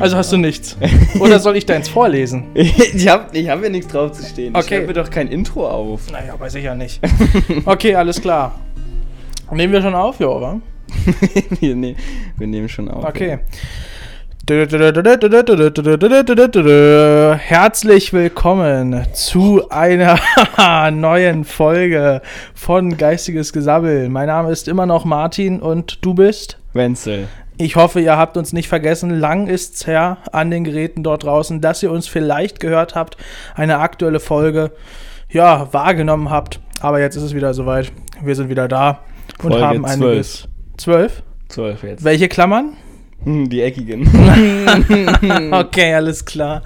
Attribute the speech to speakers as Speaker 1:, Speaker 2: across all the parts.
Speaker 1: Also hast du nichts. Oder soll ich deins vorlesen?
Speaker 2: Ich habe ich hab ja nichts drauf zu stehen. Ich
Speaker 1: Okay.
Speaker 2: schreibe mir doch kein Intro auf.
Speaker 1: Naja, aber sicher nicht. Okay, alles klar. Nehmen wir schon auf, ja, oder?
Speaker 2: wir, ne, wir nehmen schon auf.
Speaker 1: Okay. Herzlich willkommen zu einer neuen Folge von Geistiges Gesabbel. Mein Name ist immer noch Martin und du bist?
Speaker 2: Wenzel.
Speaker 1: Ich hoffe, ihr habt uns nicht vergessen. Lang ist's her an den Geräten dort draußen, dass ihr uns vielleicht gehört habt, eine aktuelle Folge, ja, wahrgenommen habt. Aber jetzt ist es wieder soweit. Wir sind wieder da und
Speaker 2: Folge
Speaker 1: haben einiges. Zwölf?
Speaker 2: Zwölf jetzt.
Speaker 1: Welche Klammern?
Speaker 2: Hm, die eckigen.
Speaker 1: Okay, alles klar.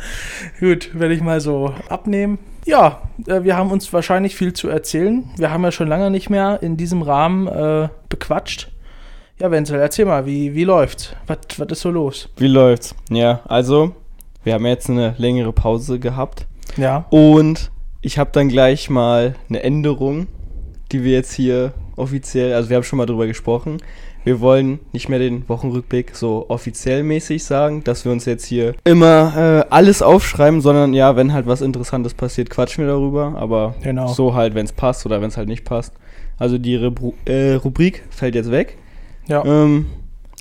Speaker 1: Gut, werde ich mal so abnehmen. Ja, äh, wir haben uns wahrscheinlich viel zu erzählen. Wir haben ja schon lange nicht mehr in diesem Rahmen äh, bequatscht. Ja, Wenzel, erzähl mal, wie, wie läuft's? Was, was ist so los?
Speaker 2: Wie läuft's? Ja, also, wir haben jetzt eine längere Pause gehabt.
Speaker 1: Ja.
Speaker 2: Und ich habe dann gleich mal eine Änderung, die wir jetzt hier offiziell, also wir haben schon mal drüber gesprochen. Wir wollen nicht mehr den Wochenrückblick so offiziell mäßig sagen, dass wir uns jetzt hier immer äh, alles aufschreiben, sondern ja, wenn halt was Interessantes passiert, quatschen wir darüber. Aber
Speaker 1: Genau.
Speaker 2: so halt, wenn es passt oder wenn es halt nicht passt. Also die Rubru äh, Rubrik fällt jetzt weg.
Speaker 1: ja.
Speaker 2: Ähm,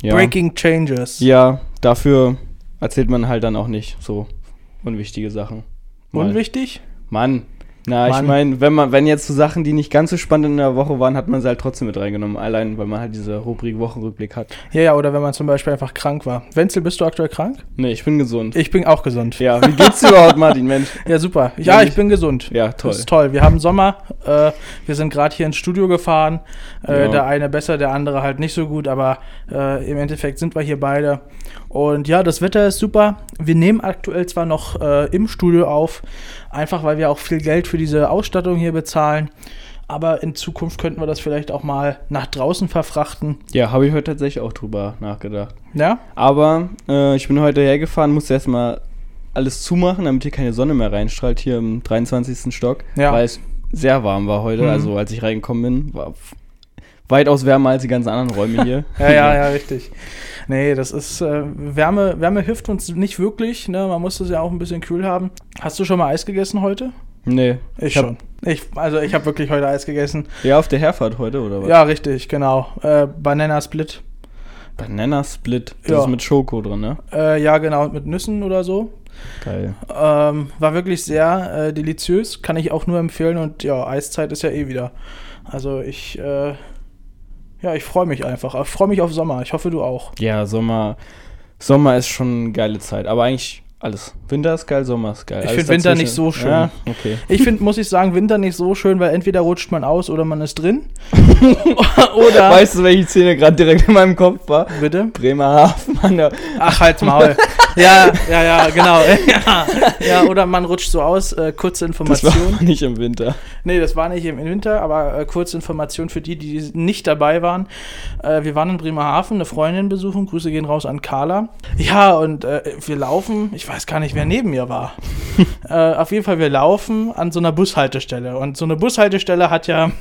Speaker 2: ja.
Speaker 1: Breaking Changes.
Speaker 2: Ja, dafür erzählt man halt dann auch nicht so unwichtige Sachen. Mal.
Speaker 1: Unwichtig?
Speaker 2: Mann. Na,
Speaker 1: Mann.
Speaker 2: ich meine, wenn man, wenn jetzt so Sachen, die nicht ganz so spannend in der Woche waren, hat man sie halt trotzdem mit reingenommen. Allein, weil man halt diese Rubrik Wochenrückblick hat.
Speaker 1: Ja, ja, oder wenn man zum Beispiel einfach krank war. Wenzel, bist du aktuell krank?
Speaker 2: Nee, ich bin gesund.
Speaker 1: Ich bin auch gesund.
Speaker 2: Ja, wie geht's dir überhaupt, Martin? Mensch.
Speaker 1: Ja, super. Ja,
Speaker 2: Wenn
Speaker 1: ich
Speaker 2: ich-
Speaker 1: bin gesund.
Speaker 2: Ja, toll.
Speaker 1: Das ist toll. Wir haben Sommer. Äh, wir sind gerade hier ins Studio gefahren. Äh,
Speaker 2: Ja.
Speaker 1: Der eine besser, der andere halt nicht so gut, aber äh, im Endeffekt sind wir hier beide. Und ja, das Wetter ist super. Wir nehmen aktuell zwar noch äh, im Studio auf, einfach weil wir auch viel Geld für diese Ausstattung hier bezahlen. Aber in Zukunft könnten wir das vielleicht auch mal nach draußen verfrachten.
Speaker 2: Ja, habe ich heute tatsächlich auch drüber nachgedacht.
Speaker 1: Ja?
Speaker 2: Aber äh, ich bin heute hergefahren, musste erstmal alles zumachen, damit hier keine Sonne mehr reinstrahlt, hier im 23. Stock.
Speaker 1: Ja.
Speaker 2: Weil es sehr warm war heute.
Speaker 1: Mhm.
Speaker 2: Also, als ich reingekommen bin, war f- weitaus wärmer als die ganzen anderen Räume hier.
Speaker 1: Ja, ja, ja, richtig. Nee, das ist äh, Wärme, Wärme hilft uns nicht wirklich, ne? Man muss das ja auch ein bisschen kühl haben. Hast du schon mal Eis gegessen heute?
Speaker 2: Nee.
Speaker 1: Ich
Speaker 2: hab-
Speaker 1: schon. Ich, also ich habe wirklich heute Eis gegessen.
Speaker 2: Ja, auf der Herfahrt heute, oder was?
Speaker 1: Ja, richtig, genau. Äh, Banana Split.
Speaker 2: Banana Split. Das
Speaker 1: Ja.
Speaker 2: ist mit Schoko drin, ne?
Speaker 1: Äh, ja, genau, mit Nüssen oder so.
Speaker 2: Geil.
Speaker 1: Ähm, war wirklich sehr äh, deliziös, kann ich auch nur empfehlen. Und ja, Eiszeit ist ja eh wieder. Also ich, äh, ja, ich freue mich einfach. Ich freue mich auf Sommer. Ich hoffe, du auch.
Speaker 2: Ja, Sommer. Sommer ist schon eine geile Zeit, aber eigentlich alles. Winter ist geil, Sommer ist geil.
Speaker 1: Ich
Speaker 2: Alles
Speaker 1: find Winter
Speaker 2: dazwischen.
Speaker 1: nicht so schön.
Speaker 2: Ja, okay.
Speaker 1: Ich finde, muss ich sagen, Winter nicht so schön, weil entweder rutscht man aus oder man ist drin. oder.
Speaker 2: Weißt du, welche Szene gerade direkt in meinem Kopf war?
Speaker 1: bitte?
Speaker 2: Bremerhaven an der.
Speaker 1: Ach, halt's Maul. ja, ja, ja, genau. Ja, ja, oder man rutscht so aus. Äh, kurze
Speaker 2: Das
Speaker 1: Information.
Speaker 2: war nicht im Winter.
Speaker 1: Nee, das war nicht im Winter, aber äh, kurze Information für die, die nicht dabei waren. Äh, wir waren in Bremerhaven, eine Freundin besuchen. Grüße gehen raus an Carla. Ja, und äh, wir laufen, ich weiß gar nicht, wer neben mir war. äh, auf jeden Fall, wir laufen an so einer Bushaltestelle. Und so eine Bushaltestelle hat ja,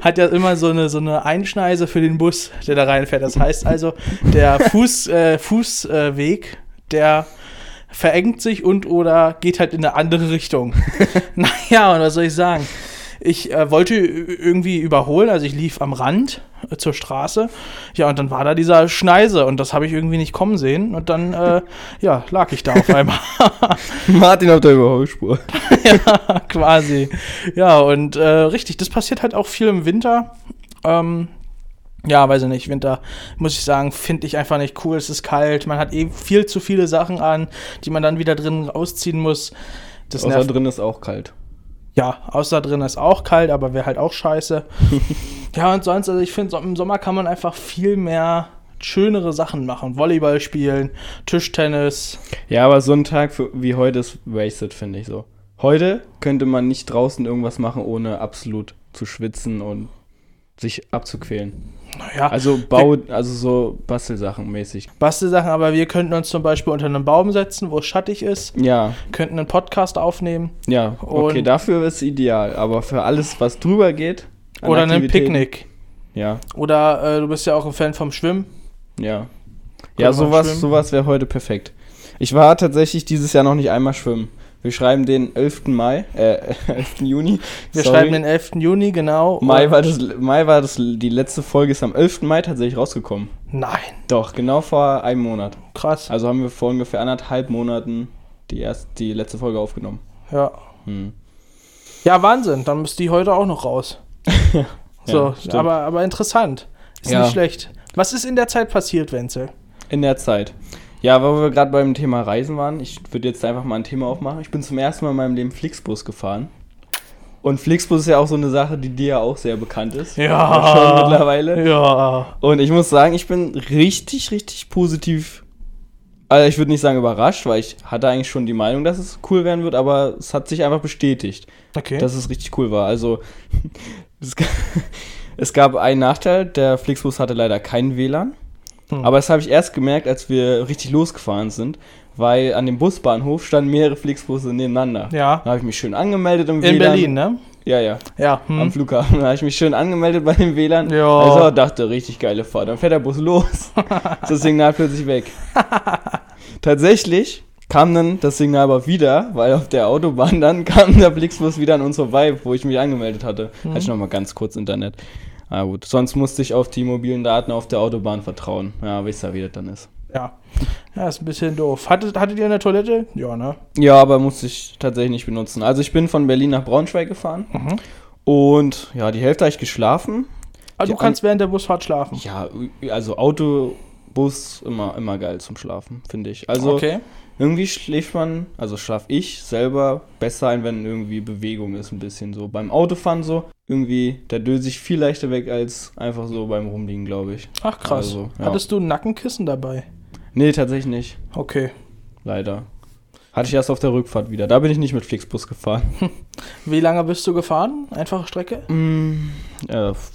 Speaker 1: hat ja immer so eine, so eine Einschneise für den Bus, der da reinfährt. Das heißt also, der Fuß, äh, Fußweg, der verengt sich und oder geht halt in eine andere Richtung. naja, und was soll ich sagen? Ich äh, wollte i- irgendwie überholen, also ich lief am Rand äh, zur Straße. Ja, und dann war da dieser Schneise und das habe ich irgendwie nicht kommen sehen. Und dann, äh, ja, lag ich da auf einmal.
Speaker 2: Martin auf der Überholspur.
Speaker 1: ja, quasi. Ja, und äh, richtig, das passiert halt auch viel im Winter. Ähm, ja, weiß ich nicht, Winter, muss ich sagen, finde ich einfach nicht cool. Es ist kalt, man hat eh viel zu viele Sachen an, die man dann wieder drin ausziehen muss. Das
Speaker 2: Außer
Speaker 1: nervt.
Speaker 2: drin ist auch kalt.
Speaker 1: Ja, außer drin ist auch kalt, aber wäre halt auch scheiße. ja, und sonst, also ich finde, so, im Sommer kann man einfach viel mehr schönere Sachen machen. Volleyball spielen, Tischtennis.
Speaker 2: Ja, aber so ein Tag für, wie heute ist wasted, finde ich so. Heute könnte man nicht draußen irgendwas machen, ohne absolut zu schwitzen und sich abzuquälen.
Speaker 1: Naja,
Speaker 2: Also Bau, also so Bastelsachen mäßig.
Speaker 1: Bastelsachen, aber wir könnten uns zum Beispiel unter einen Baum setzen, wo es schattig ist,
Speaker 2: Ja,
Speaker 1: könnten einen Podcast aufnehmen
Speaker 2: ja. Okay,
Speaker 1: Und-
Speaker 2: dafür ist ideal, aber für alles, was drüber geht. an
Speaker 1: oder einen
Speaker 2: Aktivitäten-
Speaker 1: Picknick.
Speaker 2: Ja,
Speaker 1: Oder äh, du bist ja auch ein Fan vom Schwimmen.
Speaker 2: ja. Ja,
Speaker 1: Können wir
Speaker 2: sowas,
Speaker 1: schwimmen?
Speaker 2: sowas wäre heute perfekt. Ich war tatsächlich dieses Jahr noch nicht einmal schwimmen. Wir schreiben den 11. Mai, äh, 11. Juni.
Speaker 1: Wir
Speaker 2: sorry.
Speaker 1: schreiben den 11. Juni, genau.
Speaker 2: Mai war das, Mai war das, die letzte Folge ist am 11. Mai tatsächlich rausgekommen.
Speaker 1: Nein,
Speaker 2: Doch, genau vor einem Monat.
Speaker 1: krass.
Speaker 2: Also haben wir vor ungefähr anderthalb Monaten die, erst, die letzte Folge aufgenommen.
Speaker 1: Ja.
Speaker 2: Hm.
Speaker 1: ja, Wahnsinn. Dann müsste die heute auch noch raus. so,
Speaker 2: Ja, stimmt.
Speaker 1: aber, aber interessant. Ist
Speaker 2: Ja.
Speaker 1: nicht schlecht. Was ist in der Zeit passiert, Wenzel?
Speaker 2: In der Zeit. Ja, wo wir gerade beim Thema Reisen waren, ich würde jetzt einfach mal ein Thema aufmachen. Ich bin zum ersten Mal in meinem Leben Flixbus gefahren. Und Flixbus ist ja auch so eine Sache, die dir ja auch sehr bekannt ist. Schon mittlerweile.
Speaker 1: Ja.
Speaker 2: Und ich muss sagen, ich bin richtig, richtig positiv. Also ich würde nicht sagen überrascht, weil ich hatte eigentlich schon die Meinung, dass es cool werden wird, aber es hat sich einfach bestätigt,
Speaker 1: Okay.
Speaker 2: dass es richtig cool war. Also es, ga- es gab einen Nachteil, der Flixbus hatte leider keinen WLAN.
Speaker 1: Hm.
Speaker 2: Aber das habe ich erst gemerkt, als wir richtig losgefahren sind, weil an dem Busbahnhof standen mehrere Flixbusse nebeneinander.
Speaker 1: Ja.
Speaker 2: Da habe ich mich schön angemeldet im
Speaker 1: in
Speaker 2: WLAN.
Speaker 1: Berlin, ne?
Speaker 2: Ja, ja
Speaker 1: Ja. hm.
Speaker 2: am Flughafen. Da habe ich mich schön angemeldet bei dem WLAN.
Speaker 1: Ja.
Speaker 2: Also dachte, richtig geile Fahrt. Dann fährt der Bus los. Ist das Signal plötzlich weg. Tatsächlich kam dann das Signal aber wieder, weil auf der Autobahn dann kam der Flixbus wieder an uns vorbei, wo ich mich angemeldet hatte.
Speaker 1: Hm.
Speaker 2: Hatte ich nochmal ganz kurz Internet. Ah gut, sonst musste ich auf die mobilen Daten auf der Autobahn vertrauen. Ja, wisst ihr, wie das dann ist.
Speaker 1: Ja. Ja, ist ein bisschen doof. Hattet, hattet ihr eine Toilette? Ja, ne?
Speaker 2: Ja, aber musste ich tatsächlich nicht benutzen. Also ich bin von Berlin nach Braunschweig gefahren
Speaker 1: Mhm.
Speaker 2: und ja, die Hälfte habe ich geschlafen.
Speaker 1: Also
Speaker 2: Die
Speaker 1: du kannst während der Busfahrt schlafen.
Speaker 2: Ja, also Auto, Bus, immer, immer geil zum Schlafen, finde ich. Also
Speaker 1: okay.
Speaker 2: irgendwie schläft man, also schlaf ich selber besser ein, wenn irgendwie Bewegung ist, ein bisschen so. Beim Autofahren so, irgendwie, da döse ich viel leichter weg als einfach so beim Rumliegen, glaube ich.
Speaker 1: Ach krass.
Speaker 2: Also, ja.
Speaker 1: Hattest du ein Nackenkissen dabei?
Speaker 2: Nee, tatsächlich nicht,
Speaker 1: Okay.
Speaker 2: leider. Hatte ich erst auf der Rückfahrt wieder. Da bin ich nicht mit Flixbus gefahren.
Speaker 1: Wie lange bist du gefahren? Einfache Strecke?
Speaker 2: Mm, äh, f-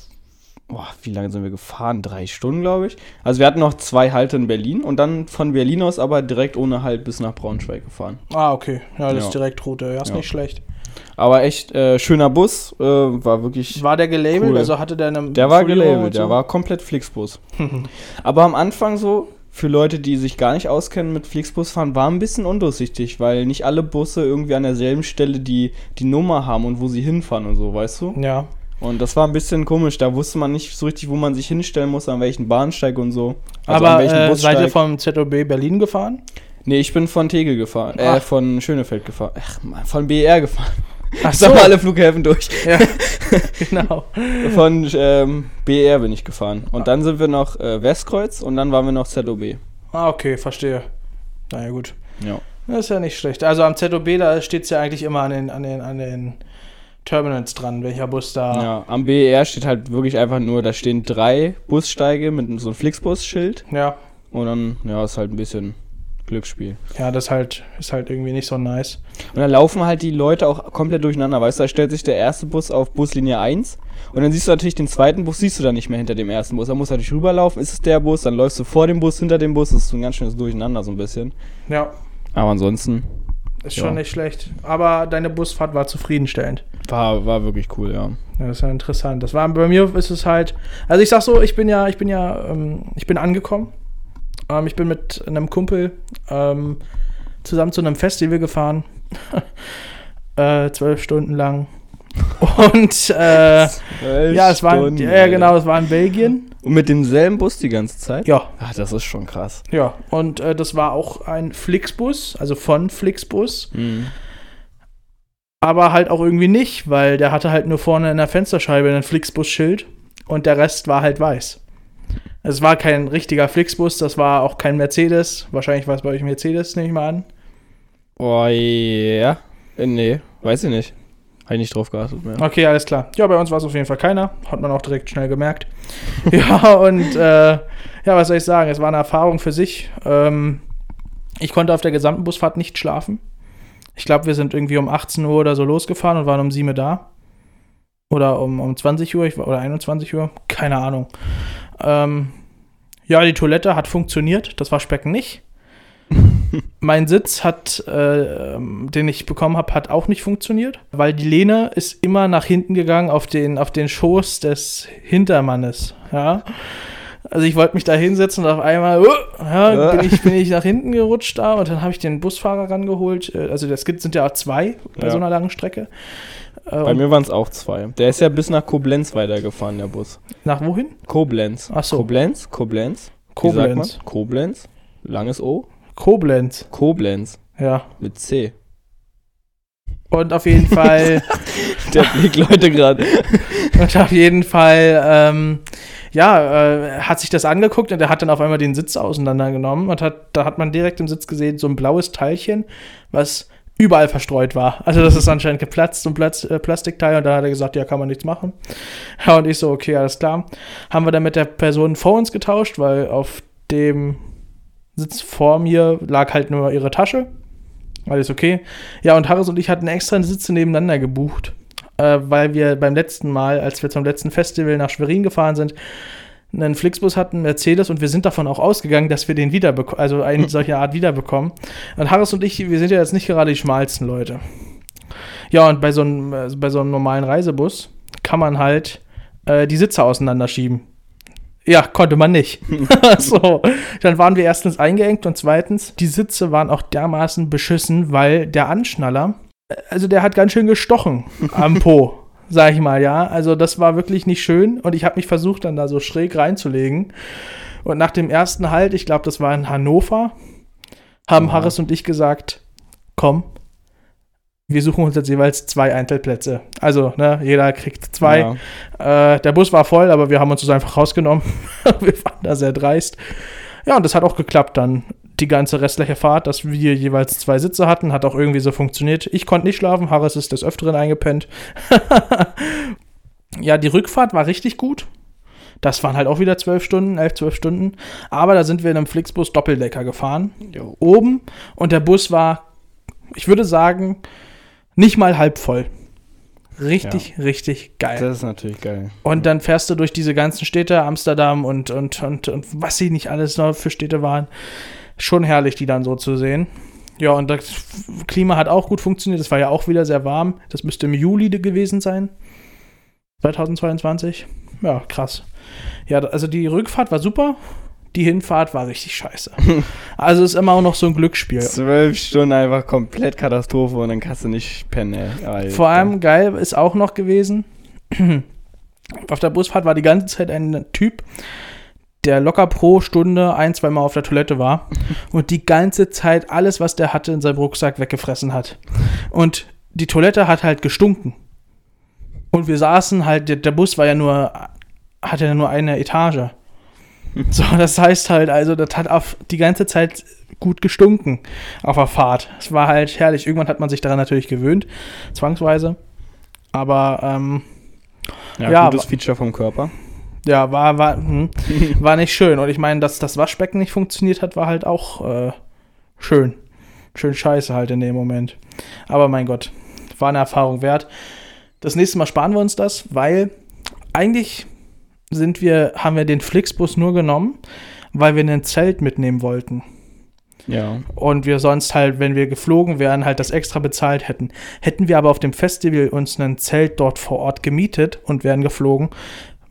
Speaker 2: boah, wie lange sind wir gefahren? Drei Stunden, glaube ich. Also wir hatten noch zwei Halte in Berlin und dann von Berlin aus aber direkt ohne Halt bis nach Braunschweig gefahren.
Speaker 1: Ah, okay. Ja, das
Speaker 2: Ja.
Speaker 1: ist Direktroute. Ja, ist
Speaker 2: Ja.
Speaker 1: nicht schlecht.
Speaker 2: Aber echt äh, schöner Bus, äh, war wirklich.
Speaker 1: War der gelabelt?
Speaker 2: Cool.
Speaker 1: Also hatte der eine.
Speaker 2: der war
Speaker 1: Folierung
Speaker 2: gelabelt,
Speaker 1: und
Speaker 2: der war komplett Flixbus. Aber am Anfang so, für Leute, die sich gar nicht auskennen mit Flixbus fahren, war ein bisschen undurchsichtig, weil nicht alle Busse irgendwie an derselben Stelle die, die Nummer haben und wo sie hinfahren und so, weißt du?
Speaker 1: Ja.
Speaker 2: Und das war ein bisschen komisch, da wusste man nicht so richtig, wo man sich hinstellen muss, an welchen Bahnsteig und so. Also an
Speaker 1: Aber
Speaker 2: welchen
Speaker 1: äh, seid ihr
Speaker 2: Bussteig.
Speaker 1: vom ZOB Berlin gefahren?
Speaker 2: Nee, ich bin von Tegel gefahren, äh,
Speaker 1: Ach.
Speaker 2: von Schönefeld gefahren. Ach, Mann, von BR gefahren.
Speaker 1: Ach
Speaker 2: Ich sag mal alle Flughäfen durch.
Speaker 1: ja. genau.
Speaker 2: Von ähm, BR bin ich gefahren. Und dann sind wir noch äh, Westkreuz und dann waren wir noch ZOB.
Speaker 1: Ah, okay, verstehe. Naja, gut.
Speaker 2: Ja.
Speaker 1: Das ist ja nicht schlecht. Also am ZOB, da steht es ja eigentlich immer an den, an, den, an den Terminals dran, welcher Bus da.
Speaker 2: ja. Am BER steht halt wirklich einfach nur, da stehen drei Bussteige mit so einem Flixbus-Schild.
Speaker 1: Ja.
Speaker 2: Und dann, ja, ist halt ein bisschen Glücksspiel.
Speaker 1: Ja, das halt, ist halt irgendwie nicht so nice.
Speaker 2: Und dann laufen halt die Leute auch komplett durcheinander. Weißt du, da stellt sich der erste Bus auf Buslinie 1 und dann siehst du natürlich den zweiten Bus, siehst du dann nicht mehr hinter dem ersten Bus. Da musst du natürlich rüberlaufen, ist es der Bus, dann läufst du vor dem Bus, hinter dem Bus. Das ist so ein ganz schönes Durcheinander so ein bisschen.
Speaker 1: Ja,
Speaker 2: Aber ansonsten
Speaker 1: ist
Speaker 2: Ja.
Speaker 1: schon nicht schlecht. Aber deine Busfahrt war zufriedenstellend.
Speaker 2: war, war wirklich cool, ja.
Speaker 1: Ja, das ist ja interessant. Das war bei mir ist es halt. Also ich sag so, ich bin ja, ich bin ja, ähm, ich bin angekommen. Ähm, ich bin mit einem Kumpel ähm, zusammen zu einem Festival gefahren. äh, zwölf Stunden lang. Und äh, ja, es war,
Speaker 2: Stunden,
Speaker 1: ja,
Speaker 2: Alter.
Speaker 1: genau, es war in Belgien.
Speaker 2: Und mit demselben Bus die ganze Zeit?
Speaker 1: Ja,
Speaker 2: Ach, das ist schon krass.
Speaker 1: ja. Und äh, das war auch ein Flixbus, also von Flixbus. aber halt auch irgendwie nicht, weil der hatte halt nur vorne in der Fensterscheibe ein Flixbus-Schild und der Rest war halt weiß. Es war kein richtiger Flixbus, das war auch kein Mercedes. Wahrscheinlich war es bei euch ein Mercedes, nehme ich mal an.
Speaker 2: Oh, ja. Äh, Nee, weiß ich nicht. Habe ich nicht drauf geachtet mehr.
Speaker 1: Okay, alles klar. Ja, bei uns war es auf jeden Fall keiner. Hat man auch direkt schnell gemerkt. ja, und äh, ja, was soll ich sagen? Es war eine Erfahrung für sich. Ähm, ich konnte auf der gesamten Busfahrt nicht schlafen. Ich glaube, wir sind irgendwie um 18 Uhr oder so losgefahren und waren um 7 Uhr da. Oder um, um 20 Uhr ich, war- oder 21 Uhr. Keine Ahnung. Ähm, ja, die Toilette hat funktioniert. Das Waschbecken nicht. Mein Sitz hat, äh, ähm, den ich bekommen habe, hat auch nicht funktioniert, weil die Lehne ist immer nach hinten gegangen auf den, auf den Schoß des Hintermannes. Ja? Also ich wollte mich da hinsetzen und auf einmal uh, ja,
Speaker 2: Ja.
Speaker 1: bin, ich, bin ich nach hinten gerutscht da und dann habe ich den Busfahrer rangeholt. Äh, Also das gibt, sind ja zwei bei
Speaker 2: Ja.
Speaker 1: so einer langen Strecke. Äh,
Speaker 2: Bei
Speaker 1: und
Speaker 2: mir waren es auch zwei. Der ist ja bis nach Koblenz weitergefahren, der Bus.
Speaker 1: nach wohin?
Speaker 2: Koblenz.
Speaker 1: Ach so.
Speaker 2: Koblenz? Koblenz? Wie sagt man?
Speaker 1: Koblenz.
Speaker 2: Koblenz? Langes O?
Speaker 1: Koblenz,
Speaker 2: Koblenz.
Speaker 1: ja.
Speaker 2: Mit C.
Speaker 1: Und auf jeden Fall,
Speaker 2: Der Blick, Leute, gerade.
Speaker 1: und auf jeden Fall, ähm, ja, äh, hat sich das angeguckt und er hat dann auf einmal den Sitz auseinandergenommen und hat, da hat man direkt im Sitz gesehen, so ein blaues Teilchen, was überall verstreut war. Also das ist anscheinend geplatzt, so ein Platz, äh, Plastikteil und da hat er gesagt, ja, kann man nichts machen. Ja, und ich so, okay, alles klar. Haben wir dann mit der Person vor uns getauscht, weil auf dem Sitz vor mir lag halt nur ihre Tasche. Alles okay. Ja, und Harris und ich hatten extra Sitze nebeneinander gebucht, äh, weil wir beim letzten Mal, als wir zum letzten Festival nach Schwerin gefahren sind, einen Flixbus hatten, einen Mercedes, und wir sind davon auch ausgegangen, dass wir den wiederbekommen, also eine solche Art wiederbekommen. Und Harris und ich, wir sind ja jetzt nicht gerade die schmalsten Leute. Ja, und bei so einem, äh, bei so einem normalen Reisebus kann man halt äh, die Sitze auseinanderschieben. Ja, konnte man nicht. so, dann waren wir erstens eingeengt und zweitens, die Sitze waren auch dermaßen beschissen, weil der Anschnaller, äh, also der hat ganz schön gestochen am Po, sag ich mal, ja. Also das war wirklich nicht schön und ich habe mich versucht, dann da so schräg reinzulegen. Und nach dem ersten Halt, ich glaube, das war in Hannover, haben
Speaker 2: Oha.
Speaker 1: Harris und ich gesagt, komm, wir suchen uns jetzt jeweils zwei Einzelplätze. Also, ne, jeder kriegt zwei.
Speaker 2: Ja.
Speaker 1: Äh, der Bus war voll, aber wir haben uns das einfach rausgenommen. wir waren da sehr dreist. Ja, und das hat auch geklappt dann. Die ganze restliche Fahrt, dass wir jeweils zwei Sitze hatten, hat auch irgendwie so funktioniert. Ich konnte nicht schlafen, Harris ist des Öfteren eingepennt. ja, die Rückfahrt war richtig gut. Das waren halt auch wieder zwölf Stunden, elf, zwölf Stunden. Aber da sind wir in einem Flixbus Doppeldecker gefahren.
Speaker 2: Jo.
Speaker 1: Oben und der Bus war, ich würde sagen, nicht mal halb voll. Richtig, richtig geil.
Speaker 2: Das ist natürlich geil.
Speaker 1: Und dann fährst du durch diese ganzen Städte, Amsterdam und, und, und, und was sie nicht alles noch für Städte waren. Schon herrlich, die dann so zu sehen. Ja, und das F- Klima hat auch gut funktioniert. Es war ja auch wieder sehr warm. Das müsste im Juli de- gewesen sein. 2022. Ja, krass. Ja, da- also die Rückfahrt war super. Die Hinfahrt war richtig scheiße. Also ist immer auch noch so ein Glücksspiel.
Speaker 2: Zwölf Stunden einfach komplett Katastrophe und dann kannst du nicht pennen, ey. Alter.
Speaker 1: Vor allem geil ist auch noch gewesen, auf der Busfahrt war die ganze Zeit ein Typ, der locker pro Stunde ein, zweimal auf der Toilette war und die ganze Zeit alles, was der hatte, in seinem Rucksack weggefressen hat. Und die Toilette hat halt gestunken. Und wir saßen halt, der, der Bus war ja nur, hatte ja nur eine Etage. So, das heißt halt, also, das hat auf die ganze Zeit gut gestunken auf der Fahrt. Es war halt herrlich. Irgendwann hat man sich daran natürlich gewöhnt, zwangsweise. Aber ähm,
Speaker 2: Ja,
Speaker 1: Ja,
Speaker 2: gutes
Speaker 1: aber-
Speaker 2: Feature vom Körper.
Speaker 1: ja, war, war, hm, war nicht schön. Und ich meine, dass das Waschbecken nicht funktioniert hat, war halt auch äh, schön. Schön scheiße halt in dem Moment. Aber mein Gott, war eine Erfahrung wert. Das nächste Mal sparen wir uns das, weil eigentlich sind wir, haben wir den Flixbus nur genommen, weil wir ein Zelt mitnehmen wollten.
Speaker 2: Ja.
Speaker 1: Und wir sonst halt, wenn wir geflogen wären, halt das extra bezahlt hätten. Hätten wir aber auf dem Festival uns ein Zelt dort vor Ort gemietet und wären geflogen,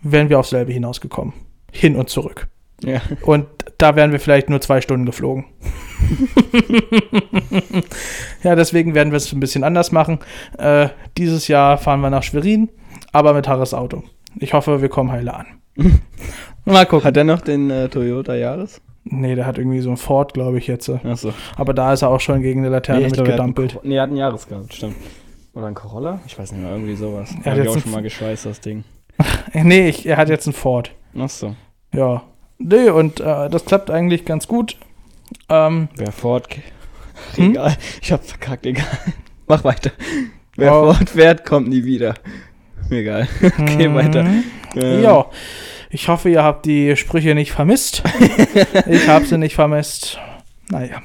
Speaker 1: wären wir aufs selbe hinausgekommen. Hin und zurück.
Speaker 2: Ja.
Speaker 1: Und da wären wir vielleicht nur zwei Stunden geflogen. ja, deswegen werden wir es ein bisschen anders machen. Äh, dieses Jahr fahren wir nach Schwerin, aber mit Harris Auto. Ich hoffe, wir kommen heile an. Mal gucken.
Speaker 2: Hat er noch den äh, Toyota Yaris?
Speaker 1: Nee, der hat irgendwie so einen Ford, glaube ich, jetzt.
Speaker 2: Achso.
Speaker 1: Aber da ist er auch schon gegen eine Laterne mitgedampelt.
Speaker 2: Nee, er hat einen Yaris gehabt, stimmt. Oder einen Corolla? Ich weiß nicht mehr, irgendwie sowas.
Speaker 1: hat
Speaker 2: Er hat
Speaker 1: jetzt
Speaker 2: ja auch
Speaker 1: einen
Speaker 2: schon mal geschweißt, das Ding.
Speaker 1: Nee, ich, er hat jetzt einen Ford.
Speaker 2: Achso.
Speaker 1: Ja. Nee, und äh, das klappt eigentlich ganz gut. Ähm,
Speaker 2: Wer Ford. ke-
Speaker 1: Hm?
Speaker 2: Egal. Ich hab verkackt, egal. Mach weiter. Wer
Speaker 1: Oh.
Speaker 2: Ford fährt, kommt nie wieder. Mir egal. Okay,
Speaker 1: mhm.
Speaker 2: weiter. Ähm,
Speaker 1: Ja. Ich hoffe, ihr habt die Sprüche nicht vermisst. ich habe sie nicht vermisst. Naja.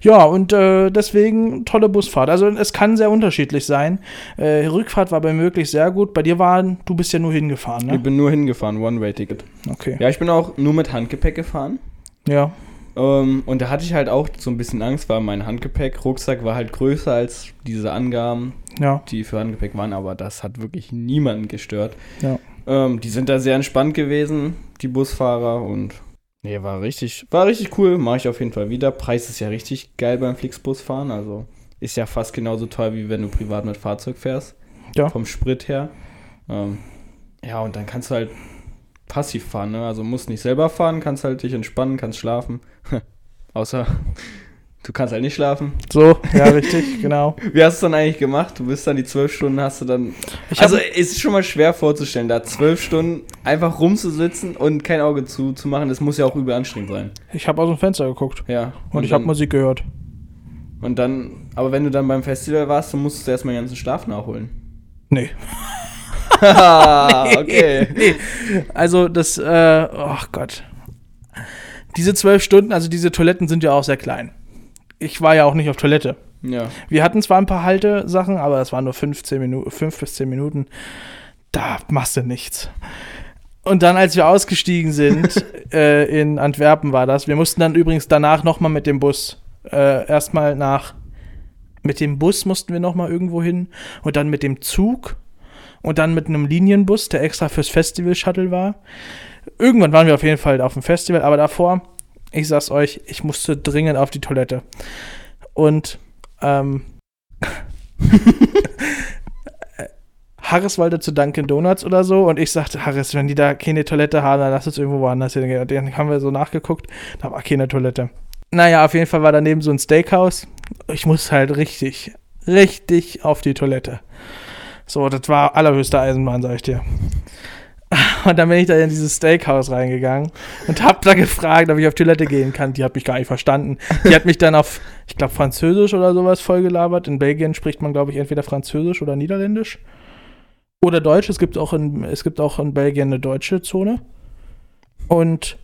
Speaker 1: Ja, und äh, deswegen tolle Busfahrt. Also es kann sehr unterschiedlich sein. Äh, Rückfahrt war bei mir wirklich sehr gut. Bei dir waren, du bist ja nur hingefahren,
Speaker 2: Ich
Speaker 1: ne?
Speaker 2: bin nur hingefahren, One-Way-Ticket.
Speaker 1: Okay.
Speaker 2: Ja, ich bin auch nur mit Handgepäck gefahren.
Speaker 1: Ja.
Speaker 2: Ähm, und da hatte ich halt auch so ein bisschen Angst, weil mein Handgepäck, Rucksack war halt größer als diese Angaben,
Speaker 1: Ja.
Speaker 2: die für Handgepäck waren, aber das hat wirklich niemanden gestört.
Speaker 1: Ja.
Speaker 2: Ähm, die sind da sehr entspannt gewesen, die Busfahrer und nee, war richtig, war richtig cool, mache ich auf jeden Fall wieder. Preis ist ja richtig geil beim Flixbus fahren, also ist ja fast genauso teuer, wie wenn du privat mit Fahrzeug fährst.
Speaker 1: Ja.
Speaker 2: Vom Sprit her. Ähm, ja, und dann kannst du halt passiv fahren, ne? Also musst nicht selber fahren, kannst halt dich entspannen, kannst schlafen. Außer du kannst halt nicht schlafen.
Speaker 1: So, ja, richtig, genau.
Speaker 2: Wie hast du es dann eigentlich gemacht? Du bist dann die zwölf Stunden, hast du dann.
Speaker 1: Ich hab-
Speaker 2: also es ist schon mal schwer vorzustellen, da zwölf Stunden einfach rumzusitzen und kein Auge zu, zu machen. Das muss ja auch überanstrengend sein.
Speaker 1: Ich habe aus dem Fenster geguckt
Speaker 2: Ja.
Speaker 1: und, ich habe
Speaker 2: dann-
Speaker 1: Musik gehört.
Speaker 2: Und dann, aber wenn du dann beim Festival warst, dann musstest du erstmal den ganzen Schlaf nachholen.
Speaker 1: Nee. Ah,
Speaker 2: Haha, okay.
Speaker 1: Nee. Also das, äh, oh Gott. Diese zwölf Stunden, also diese Toiletten sind ja auch sehr klein. Ich war ja auch nicht auf Toilette.
Speaker 2: Ja.
Speaker 1: Wir hatten zwar ein paar Haltesachen, aber das waren nur 15 Minuten, 5 bis 10 Minuten. Da machst du nichts. Und dann, als wir ausgestiegen sind, äh, in Antwerpen war das, wir mussten dann übrigens danach nochmal mit dem Bus, äh, erstmal nach, mit dem Bus mussten wir nochmal irgendwo hin und dann mit dem Zug und dann mit einem Linienbus, der extra fürs Festival-Shuttle war. Irgendwann waren wir auf jeden Fall auf dem Festival, aber davor, ich sag's euch, ich musste dringend auf die Toilette. Und ähm, Harriswalde zu Dunkin' Donuts oder so. Und ich sagte, Harris, wenn die da keine Toilette haben, dann lass uns irgendwo woanders hingehen. Und dann haben wir so nachgeguckt, da war keine Toilette. Naja, auf jeden Fall war daneben so ein Steakhouse. Ich musste halt richtig, richtig auf die Toilette. So, das war allerhöchste Eisenbahn, sag ich dir. Und dann bin ich da in dieses Steakhouse reingegangen und hab da gefragt, ob ich auf Toilette gehen kann. Die hat mich gar nicht verstanden. Die hat mich dann auf, ich glaube, Französisch oder sowas vollgelabert. In Belgien spricht man, glaube ich, entweder Französisch oder Niederländisch. Oder Deutsch. Es gibt auch in, es gibt auch in Belgien eine deutsche Zone. Und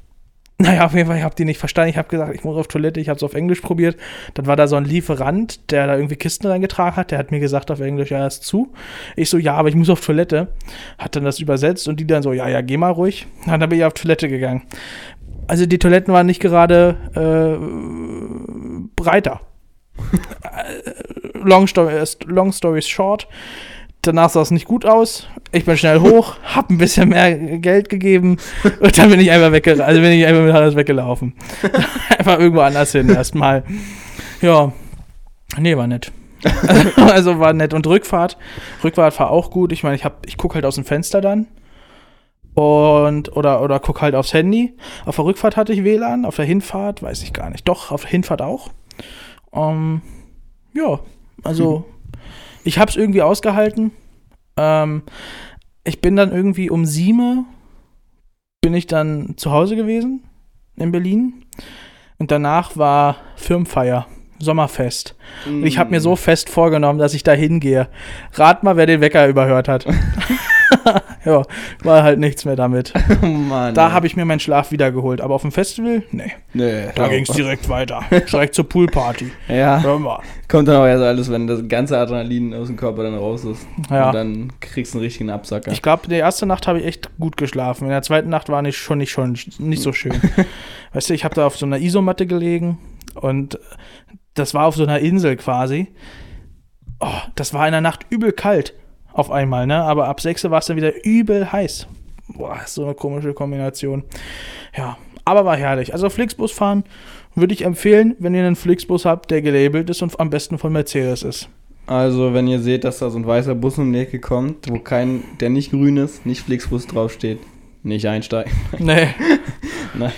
Speaker 1: naja, auf jeden Fall, ich habe die nicht verstanden. Ich habe gesagt, ich muss auf Toilette. Ich habe es auf Englisch probiert. Dann war da so ein Lieferant, der da irgendwie Kisten reingetragen hat. Der hat mir gesagt auf Englisch, ja, ist zu. Ich so, ja, aber ich muss auf Toilette. Hat dann das übersetzt und die dann so, ja, ja, geh mal ruhig. Und dann bin ich auf Toilette gegangen. Also die Toiletten waren nicht gerade äh, breiter. Äh, long, story, äh, long story short. Danach sah es nicht gut aus. Ich bin schnell hoch, hab ein bisschen mehr Geld gegeben und dann bin ich einfach weggelaufen. Also bin ich einfach mit alles weggelaufen. einfach irgendwo anders hin erstmal. Ja. Nee, war nett. also war nett. Und Rückfahrt. Rückfahrt war auch gut. Ich meine, ich, hab- ich gucke halt aus dem Fenster dann. Und, oder, oder guck halt aufs Handy. Auf der Rückfahrt hatte ich WLAN, auf der Hinfahrt weiß ich gar nicht. Doch, auf der Hinfahrt auch. Ähm, ja, also ich habe es irgendwie ausgehalten. Ähm, ich bin dann irgendwie um sieben bin ich dann zu Hause gewesen in Berlin. Und danach war Firmenfeier, Sommerfest. Und ich habe mir
Speaker 2: Mhm.
Speaker 1: so fest vorgenommen, dass ich da hingehe. Rat mal, wer den Wecker überhört hat. ja, war halt nichts mehr damit.
Speaker 2: Oh Mann.
Speaker 1: Da habe ich mir meinen Schlaf wiedergeholt. Aber auf dem Festival? Nee.
Speaker 2: Nee,
Speaker 1: Da ging es direkt weiter. Direkt zur Poolparty.
Speaker 2: Ja,
Speaker 1: Hör mal.
Speaker 2: kommt dann auch erst alles, wenn das ganze Adrenalin aus dem Körper dann raus ist.
Speaker 1: Ja.
Speaker 2: Und dann kriegst du einen richtigen Absacker.
Speaker 1: Ich glaube, in der ersten Nacht habe ich echt gut geschlafen. In der zweiten Nacht war nicht schon nicht schon nicht so schön. weißt du, ich habe da auf so einer Isomatte gelegen und das war auf so einer Insel quasi. Oh, das war in der Nacht übel kalt auf einmal, ne? Aber ab 6 Uhr war es dann wieder übel heiß. Boah, ist so eine komische Kombination. Ja, aber war herrlich. Also Flixbus fahren würde ich empfehlen, wenn ihr einen Flixbus habt, der gelabelt ist und am besten von Mercedes ist.
Speaker 2: Also, wenn ihr seht, dass da so ein weißer Bus um die Ecke kommt, wo kein, der nicht grün ist, nicht Flixbus draufsteht, nicht einsteigen.
Speaker 1: Nee.
Speaker 2: Nein.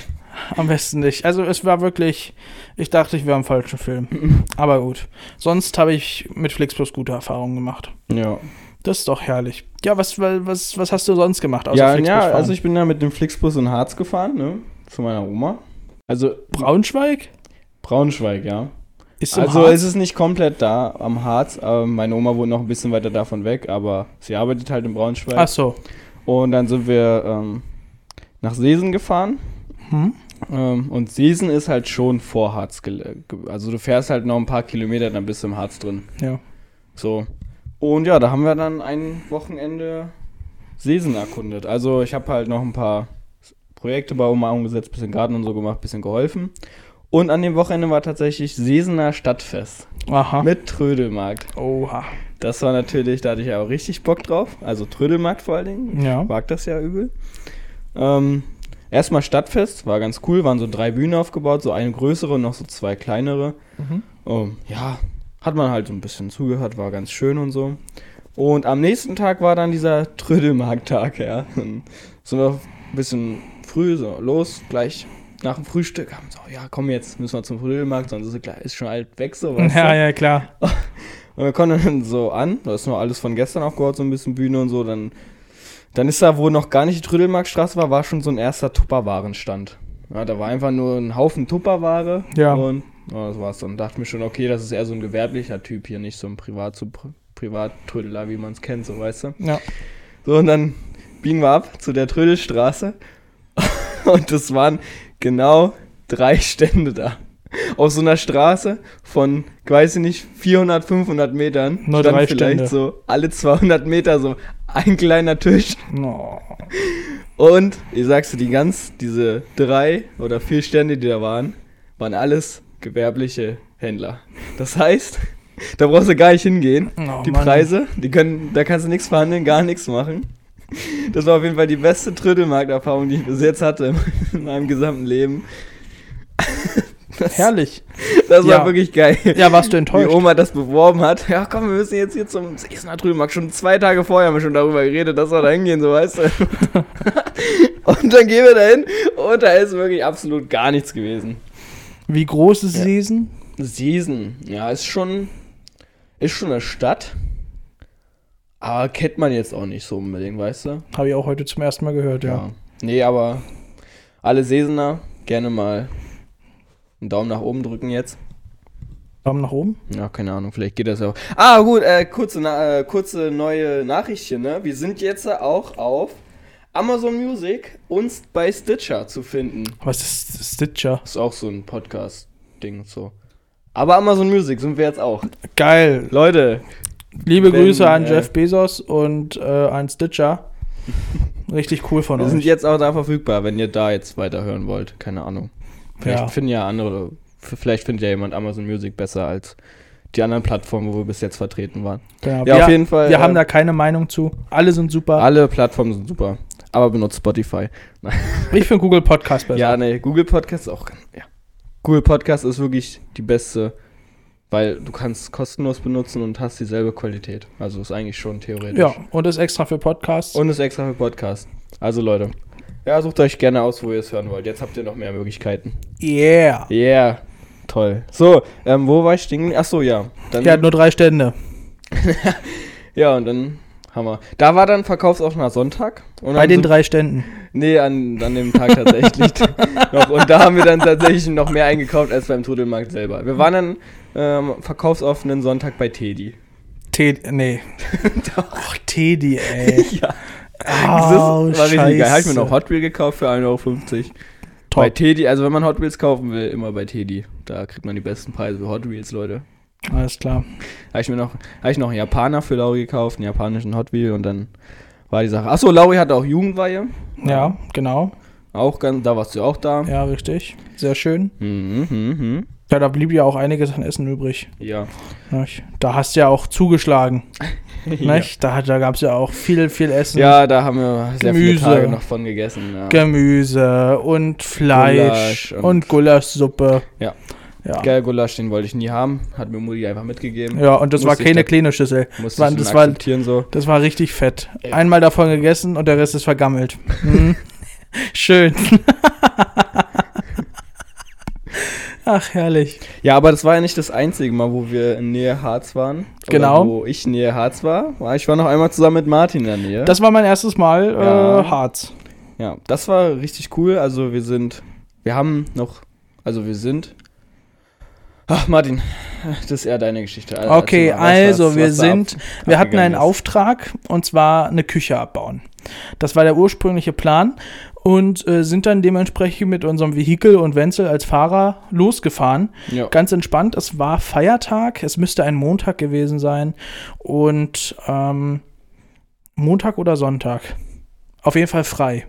Speaker 1: Am besten nicht. Also es war wirklich, ich dachte, ich wäre im falschen Film. Aber gut. Sonst habe ich mit Flixbus gute Erfahrungen gemacht.
Speaker 2: Ja.
Speaker 1: Das ist doch herrlich. Ja, was, was, was hast du sonst gemacht? außer
Speaker 2: ja,
Speaker 1: Flixbus
Speaker 2: ja,
Speaker 1: fahren?
Speaker 2: also ich bin ja mit dem Flixbus in Harz gefahren, ne? Zu meiner Oma. Also
Speaker 1: Braunschweig?
Speaker 2: Braunschweig, ja.
Speaker 1: Ist im
Speaker 2: Also
Speaker 1: Harz?
Speaker 2: es ist nicht komplett da am Harz. aber meine Oma wohnt noch ein bisschen weiter davon weg, aber sie arbeitet halt in Braunschweig.
Speaker 1: Ach so.
Speaker 2: Und dann sind wir ähm, nach Seesen gefahren.
Speaker 1: Hm?
Speaker 2: Ähm, und Seesen ist halt schon vor Harz. gel- ge- Also du fährst halt noch ein paar Kilometer, dann bist du im Harz drin.
Speaker 1: Ja.
Speaker 2: So. Und ja, da haben wir dann ein Wochenende Seesen erkundet. Also ich habe halt noch ein paar Projekte bei Oma umgesetzt, bisschen Garten und so gemacht, bisschen geholfen. Und an dem Wochenende war tatsächlich Sesener Stadtfest
Speaker 1: Aha.
Speaker 2: mit Trödelmarkt.
Speaker 1: Oha.
Speaker 2: Das war natürlich, da hatte ich ja auch richtig Bock drauf. Also Trödelmarkt vor allen Dingen.
Speaker 1: Ja.
Speaker 2: Ich mag das ja übel. Ähm, erstmal Stadtfest, war ganz cool. Waren so drei Bühnen aufgebaut, so eine größere und noch so zwei kleinere.
Speaker 1: Mhm.
Speaker 2: Ähm, ja, hat man halt so ein bisschen zugehört, war ganz schön und so. Und am nächsten Tag war dann dieser Trödelmarkttag, ja. Dann sind wir ein bisschen früh so los, gleich nach dem Frühstück haben so, ja komm jetzt, müssen wir zum Trödelmarkt, sonst ist, es gleich- ist schon alt weg so. weißt du?
Speaker 1: Ja, ja, klar.
Speaker 2: Und wir kommen dann so an, da ist noch alles von gestern aufgebaut, so ein bisschen Bühne und so, dann, dann ist da, wo noch gar nicht die Trödelmarktstraße war, war schon so ein erster Tupperwarenstand. Ja, da war einfach nur ein Haufen Tupperware
Speaker 1: Ja.
Speaker 2: und ja, das war's dann. Dachte mir schon, okay, das ist eher so ein gewerblicher Typ hier, nicht so ein Privat, so Pri- Privattrödler, wie man es kennt, so weißt du.
Speaker 1: Ja.
Speaker 2: So, und dann biegen wir ab zu der Trödelstraße und das waren genau drei Stände da. Auf so einer Straße von, ich weiß ich nicht, 400, 500 Metern.
Speaker 1: Nur
Speaker 2: stand
Speaker 1: drei
Speaker 2: vielleicht
Speaker 1: Stände.
Speaker 2: so alle 200 Meter so ein kleiner Tisch.
Speaker 1: No.
Speaker 2: Und ich sag's dir, die ganz, diese drei oder vier Stände, die da waren, waren alles gewerbliche Händler. Das heißt, da brauchst du gar nicht hingehen.
Speaker 1: Oh,
Speaker 2: die
Speaker 1: Mann.
Speaker 2: Preise, die können, da kannst du nichts verhandeln, gar nichts machen. Das war auf jeden Fall die beste Trödelmarkterfahrung, die ich bis jetzt hatte in meinem gesamten Leben.
Speaker 1: Herrlich.
Speaker 2: Das
Speaker 1: Ja.
Speaker 2: war wirklich geil.
Speaker 1: Ja, warst du
Speaker 2: Wie
Speaker 1: enttäuscht?
Speaker 2: Oma das beworben hat. Ja, komm, wir müssen jetzt hier zum Essener Trübenmarkt. Schon zwei Tage vorher haben wir schon darüber geredet, dass wir da hingehen, so weißt du. und dann gehen wir da hin und da ist wirklich absolut gar nichts gewesen.
Speaker 1: Wie groß ist
Speaker 2: Ja.
Speaker 1: Sesen?
Speaker 2: Seesen, ja, ist schon, ist schon eine Stadt. Aber kennt man jetzt auch nicht so unbedingt, weißt du?
Speaker 1: Habe ich auch heute zum ersten Mal gehört, ja.
Speaker 2: Nee, aber alle Sesener gerne mal einen Daumen nach oben drücken jetzt.
Speaker 1: Daumen nach oben?
Speaker 2: Ja, keine Ahnung, vielleicht geht das ja auch. Ah, gut, äh, kurze, na äh, kurze neue Nachricht hier, ne? Wir sind jetzt auch auf Amazon Music und bei Stitcher zu finden.
Speaker 1: Was ist Stitcher?
Speaker 2: Ist auch so ein Podcast-Ding so. Aber Amazon Music sind wir jetzt auch.
Speaker 1: Geil.
Speaker 2: Leute,
Speaker 1: Liebe
Speaker 2: Wenn,
Speaker 1: Grüße an
Speaker 2: äh,
Speaker 1: Jeff Bezos und äh, an Stitcher. Richtig cool von
Speaker 2: wir sind
Speaker 1: euch.
Speaker 2: jetzt auch da verfügbar, wenn ihr da jetzt weiterhören wollt. Keine Ahnung. Vielleicht
Speaker 1: Ja.
Speaker 2: finden ja andere, f- vielleicht findet ja jemand Amazon Music besser als die anderen Plattformen, wo wir bis jetzt vertreten waren.
Speaker 1: Genau.
Speaker 2: Ja,
Speaker 1: wir,
Speaker 2: auf jeden Fall.
Speaker 1: wir
Speaker 2: äh,
Speaker 1: haben da keine Meinung zu. Alle sind super.
Speaker 2: alle Plattformen sind super. Aber benutzt Spotify. Nein.
Speaker 1: Ich finde Google Podcast besser.
Speaker 2: Ja, nee, Google Podcast ist auch. ganz- Ja. Google Podcast ist wirklich die beste, weil du kannst kostenlos benutzen und hast dieselbe Qualität. Also ist eigentlich schon theoretisch.
Speaker 1: Ja, und ist extra für Podcasts.
Speaker 2: Und ist extra für Podcast. Also Leute, ja, sucht euch gerne aus, wo ihr es hören wollt. Jetzt habt ihr noch mehr Möglichkeiten.
Speaker 1: yeah.
Speaker 2: Yeah. Toll. So, ähm, wo war ich stehen? Ach so, ja. Dann,
Speaker 1: Der hat nur drei Stände.
Speaker 2: ja, und dann haben wir. Da war dann verkaufsoffener Sonntag. Und
Speaker 1: Bei
Speaker 2: dann
Speaker 1: den
Speaker 2: sind-
Speaker 1: drei Ständen.
Speaker 2: Nee, an, an dem Tag tatsächlich noch. Und da haben wir dann tatsächlich noch mehr eingekauft als beim Trudelmarkt selber. Wir waren dann ähm, verkaufsoffenen Sonntag bei Teddy.
Speaker 1: T nee. Doch. Teddy, ey.
Speaker 2: Ja.
Speaker 1: Au,
Speaker 2: das ist, war richtig geil. Habe ich mir
Speaker 1: Oh, Scheiße.
Speaker 2: noch Hot Wheel gekauft für 1,50 Euro. Bei
Speaker 1: Top.
Speaker 2: Teddy, also wenn man Hot Wheels kaufen will, immer bei Teddy. Da kriegt man die besten Preise für Hot Wheels, Leute.
Speaker 1: Alles klar.
Speaker 2: Habe ich mir noch, hab ich noch einen Japaner für Lauri gekauft, einen japanischen Hot Wheel und dann war die Sache. Achso, Lauri hatte auch Jugendweihe.
Speaker 1: Ja, genau.
Speaker 2: Auch ganz, da warst du auch da.
Speaker 1: Ja, richtig. Sehr schön.
Speaker 2: Mhm, mhm, mhm.
Speaker 1: Ja, da blieb ja auch einiges an Essen übrig.
Speaker 2: Ja.
Speaker 1: Nicht? Da hast du ja auch zugeschlagen. Nicht? Da, hat- da gab es ja auch viel, viel Essen.
Speaker 2: Ja, da haben wir sehr
Speaker 1: Gemüse.
Speaker 2: viele Tage noch von gegessen. Ja.
Speaker 1: Gemüse und Fleisch
Speaker 2: Gulasch und-
Speaker 1: und, Gulaschsuppe.
Speaker 2: Ja.
Speaker 1: Ja.
Speaker 2: Geil, Gulasch, den wollte ich nie haben. Hat mir Mutti einfach mitgegeben.
Speaker 1: ja, und das war
Speaker 2: Musste ich
Speaker 1: keine
Speaker 2: da-
Speaker 1: kleine Schüssel. Das
Speaker 2: Musste
Speaker 1: war,
Speaker 2: ich
Speaker 1: das,
Speaker 2: das
Speaker 1: war,
Speaker 2: akzeptieren so.
Speaker 1: das war richtig fett.
Speaker 2: Ja.
Speaker 1: Einmal davon gegessen und der Rest ist vergammelt. Mhm. Schön. Ach, herrlich.
Speaker 2: Ja, aber das war ja nicht das einzige Mal, wo wir in Nähe Harz waren.
Speaker 1: Genau.
Speaker 2: Oder wo ich in Nähe Harz war. War- Ich war noch einmal zusammen mit Martin in der Nähe.
Speaker 1: Das war mein erstes Mal äh,
Speaker 2: Ja.
Speaker 1: Harz.
Speaker 2: ja, das war richtig cool. Also wir sind, wir haben noch, also wir sind. Ach, Martin, das ist eher deine Geschichte. Also,
Speaker 1: Okay,
Speaker 2: erzähl mal, was-
Speaker 1: also
Speaker 2: was-
Speaker 1: wir
Speaker 2: was da ab-
Speaker 1: sind, wir hatten
Speaker 2: abgegangen
Speaker 1: einen
Speaker 2: ist.
Speaker 1: Auftrag und zwar eine Küche abbauen. Das war der ursprüngliche Plan und äh, sind dann dementsprechend mit unserem Vehikel und Wenzel als Fahrer losgefahren.
Speaker 2: Ja.
Speaker 1: Ganz entspannt, es war Feiertag, es müsste ein Montag gewesen sein und ähm, Montag oder Sonntag. Auf jeden Fall frei.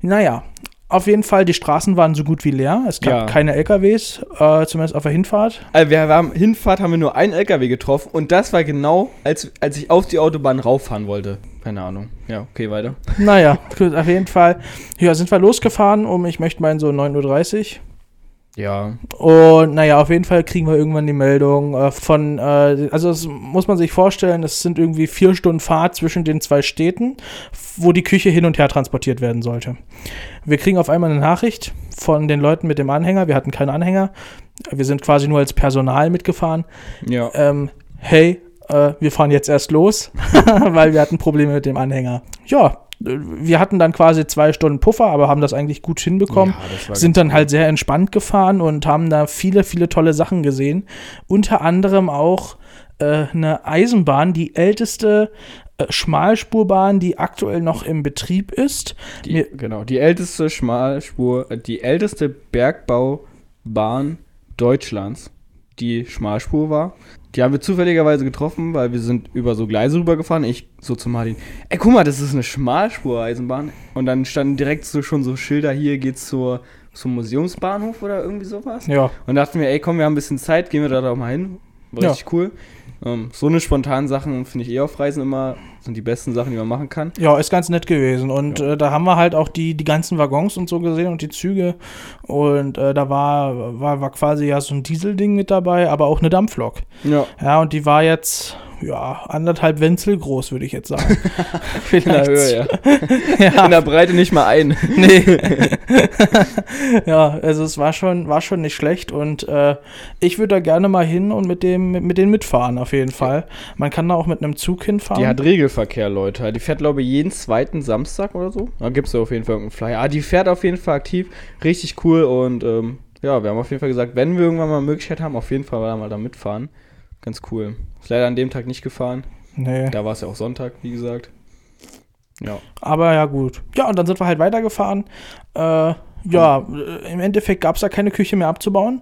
Speaker 1: Naja, Auf jeden Fall, die Straßen waren so gut wie leer. Es gab
Speaker 2: Ja.
Speaker 1: keine LKWs, äh, zumindest auf der Hinfahrt.
Speaker 2: Also wir haben Hinfahrt haben wir nur einen LKW getroffen und das war genau, als, als ich auf die Autobahn rauffahren wollte. Keine Ahnung. Ja, okay, weiter.
Speaker 1: Naja, gut, auf jeden Fall. Ja, sind wir losgefahren um, ich möchte meinen, so 9.30 Uhr.
Speaker 2: Ja.
Speaker 1: Und naja, auf jeden Fall kriegen wir irgendwann die Meldung äh, von, äh, also das muss man sich vorstellen, es sind irgendwie vier Stunden Fahrt zwischen den zwei Städten, wo die Küche hin und her transportiert werden sollte. Wir kriegen auf einmal eine Nachricht von den Leuten mit dem Anhänger, wir hatten keinen Anhänger, wir sind quasi nur als Personal mitgefahren.
Speaker 2: Ja.
Speaker 1: Ähm, hey, äh, wir fahren jetzt erst los, weil wir hatten Probleme mit dem Anhänger. Ja, äh, wir hatten dann quasi zwei Stunden Puffer, aber haben das eigentlich gut hinbekommen
Speaker 2: ja, das war
Speaker 1: sind dann halt sehr entspannt gefagen und haben da viele, viele tolle Sachen gesehen. Unter anderem auch äh, eine Eisenbahn, die älteste äh, Schmalspurbahn, die aktuell noch im Betrieb ist.
Speaker 2: die,
Speaker 1: mir-
Speaker 2: genau, die älteste Schmalspur, äh, die älteste Bergbaubahn Deutschlands, die Schmalspur war. Die haben wir zufälligerweise getroffen, weil wir sind über so Gleise rübergefahren. Ich so zu Martin, ey, guck mal, das ist eine Schmalspur-Eisenbahn. Und dann standen direkt so schon so Schilder, hier geht's zur, zum Museumsbahnhof oder irgendwie sowas.
Speaker 1: Ja,
Speaker 2: Und dachten wir, ey, komm, wir haben ein bisschen Zeit, gehen wir da doch mal hin. War
Speaker 1: Ja.
Speaker 2: richtig cool. Ähm, so eine spontanen Sachen finde ich eh auf Reisen immer, sind die besten Sachen, die man machen kann.
Speaker 1: ja, ist ganz nett gewesen. Und
Speaker 2: Ja.
Speaker 1: äh, da haben wir halt auch die, die ganzen Waggons und so gesehen und die Züge. Und äh, da war, war, war quasi ja so ein Dieselding mit dabei, aber auch eine Dampflok.
Speaker 2: Ja,
Speaker 1: Ja, und die war jetzt, ja, anderthalb Wenzel groß, würde ich jetzt sagen.
Speaker 2: in der Höhe, ja. In der Breite nicht mal ein.
Speaker 1: Nee. ja, also es war schon, war schon nicht schlecht und äh, ich würde da gerne mal hin und mit dem, mit, mit denen mitfahren auf jeden Fall. Man kann da auch mit einem Zug hinfahren.
Speaker 2: Die hat Regelverkehr, Leute. Die fährt, glaube ich, jeden zweiten Samstag oder so. Da gibt es ja auf jeden Fall irgendeinen Flyer. Ah, die fährt auf jeden Fall aktiv. Richtig cool. Und ähm, ja, wir haben auf jeden Fall gesagt, wenn wir irgendwann mal Möglichkeit haben, auf jeden Fall mal da mitfahren. Ganz cool. Ist leider an dem Tag nicht gefahren.
Speaker 1: nee.
Speaker 2: Da war es ja auch Sonntag, wie gesagt. Ja.
Speaker 1: Aber ja, gut. Ja, und dann sind wir halt weitergefahren. Äh, ja, äh, im Endeffekt gab es da keine Küche mehr abzubauen,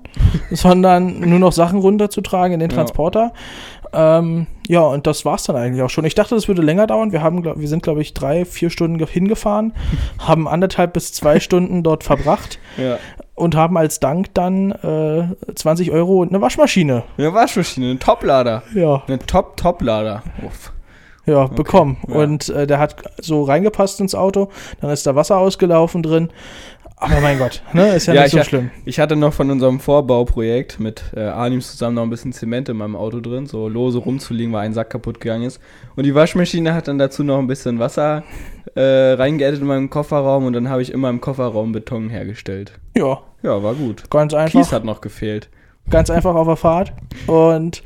Speaker 1: sondern nur noch Sachen runterzutragen in den
Speaker 2: Ja.
Speaker 1: Transporter. Ähm, ja, und das war's dann eigentlich auch schon. Ich dachte, das würde länger dauern. Wir, haben, glaub, wir sind, glaube ich, drei, vier Stunden ge- hingefahren, haben anderthalb bis zwei Stunden dort verbracht.
Speaker 2: Ja.
Speaker 1: und haben als Dank dann äh, 20 Euro und eine Waschmaschine
Speaker 2: Eine Waschmaschine, ein Toplader.
Speaker 1: ja,
Speaker 2: Eine Top-Top-Lader. Oh, Uff.
Speaker 1: ja, bekommen.
Speaker 2: ja.
Speaker 1: Und äh, der hat so reingepasst ins Auto, dann ist da Wasser ausgelaufen drin. Aber mein Gott, ne, ist ja,
Speaker 2: Ja,
Speaker 1: nicht so
Speaker 2: ich-
Speaker 1: schlimm.
Speaker 2: Ich hatte noch von unserem Vorbauprojekt mit äh, Arnims zusammen noch ein bisschen Zement in meinem Auto drin, so lose rumzuliegen, weil ein Sack kaputt gegangen ist. Und die Waschmaschine hat dann dazu noch ein bisschen Wasser äh, reingeettet in meinem Kofferraum und dann habe ich in meinem Kofferraum Beton hergestellt.
Speaker 1: Ja,
Speaker 2: Ja, war gut.
Speaker 1: ganz
Speaker 2: Kies
Speaker 1: einfach.
Speaker 2: hat noch gefehlt.
Speaker 1: Ganz einfach auf der Fahrt. Und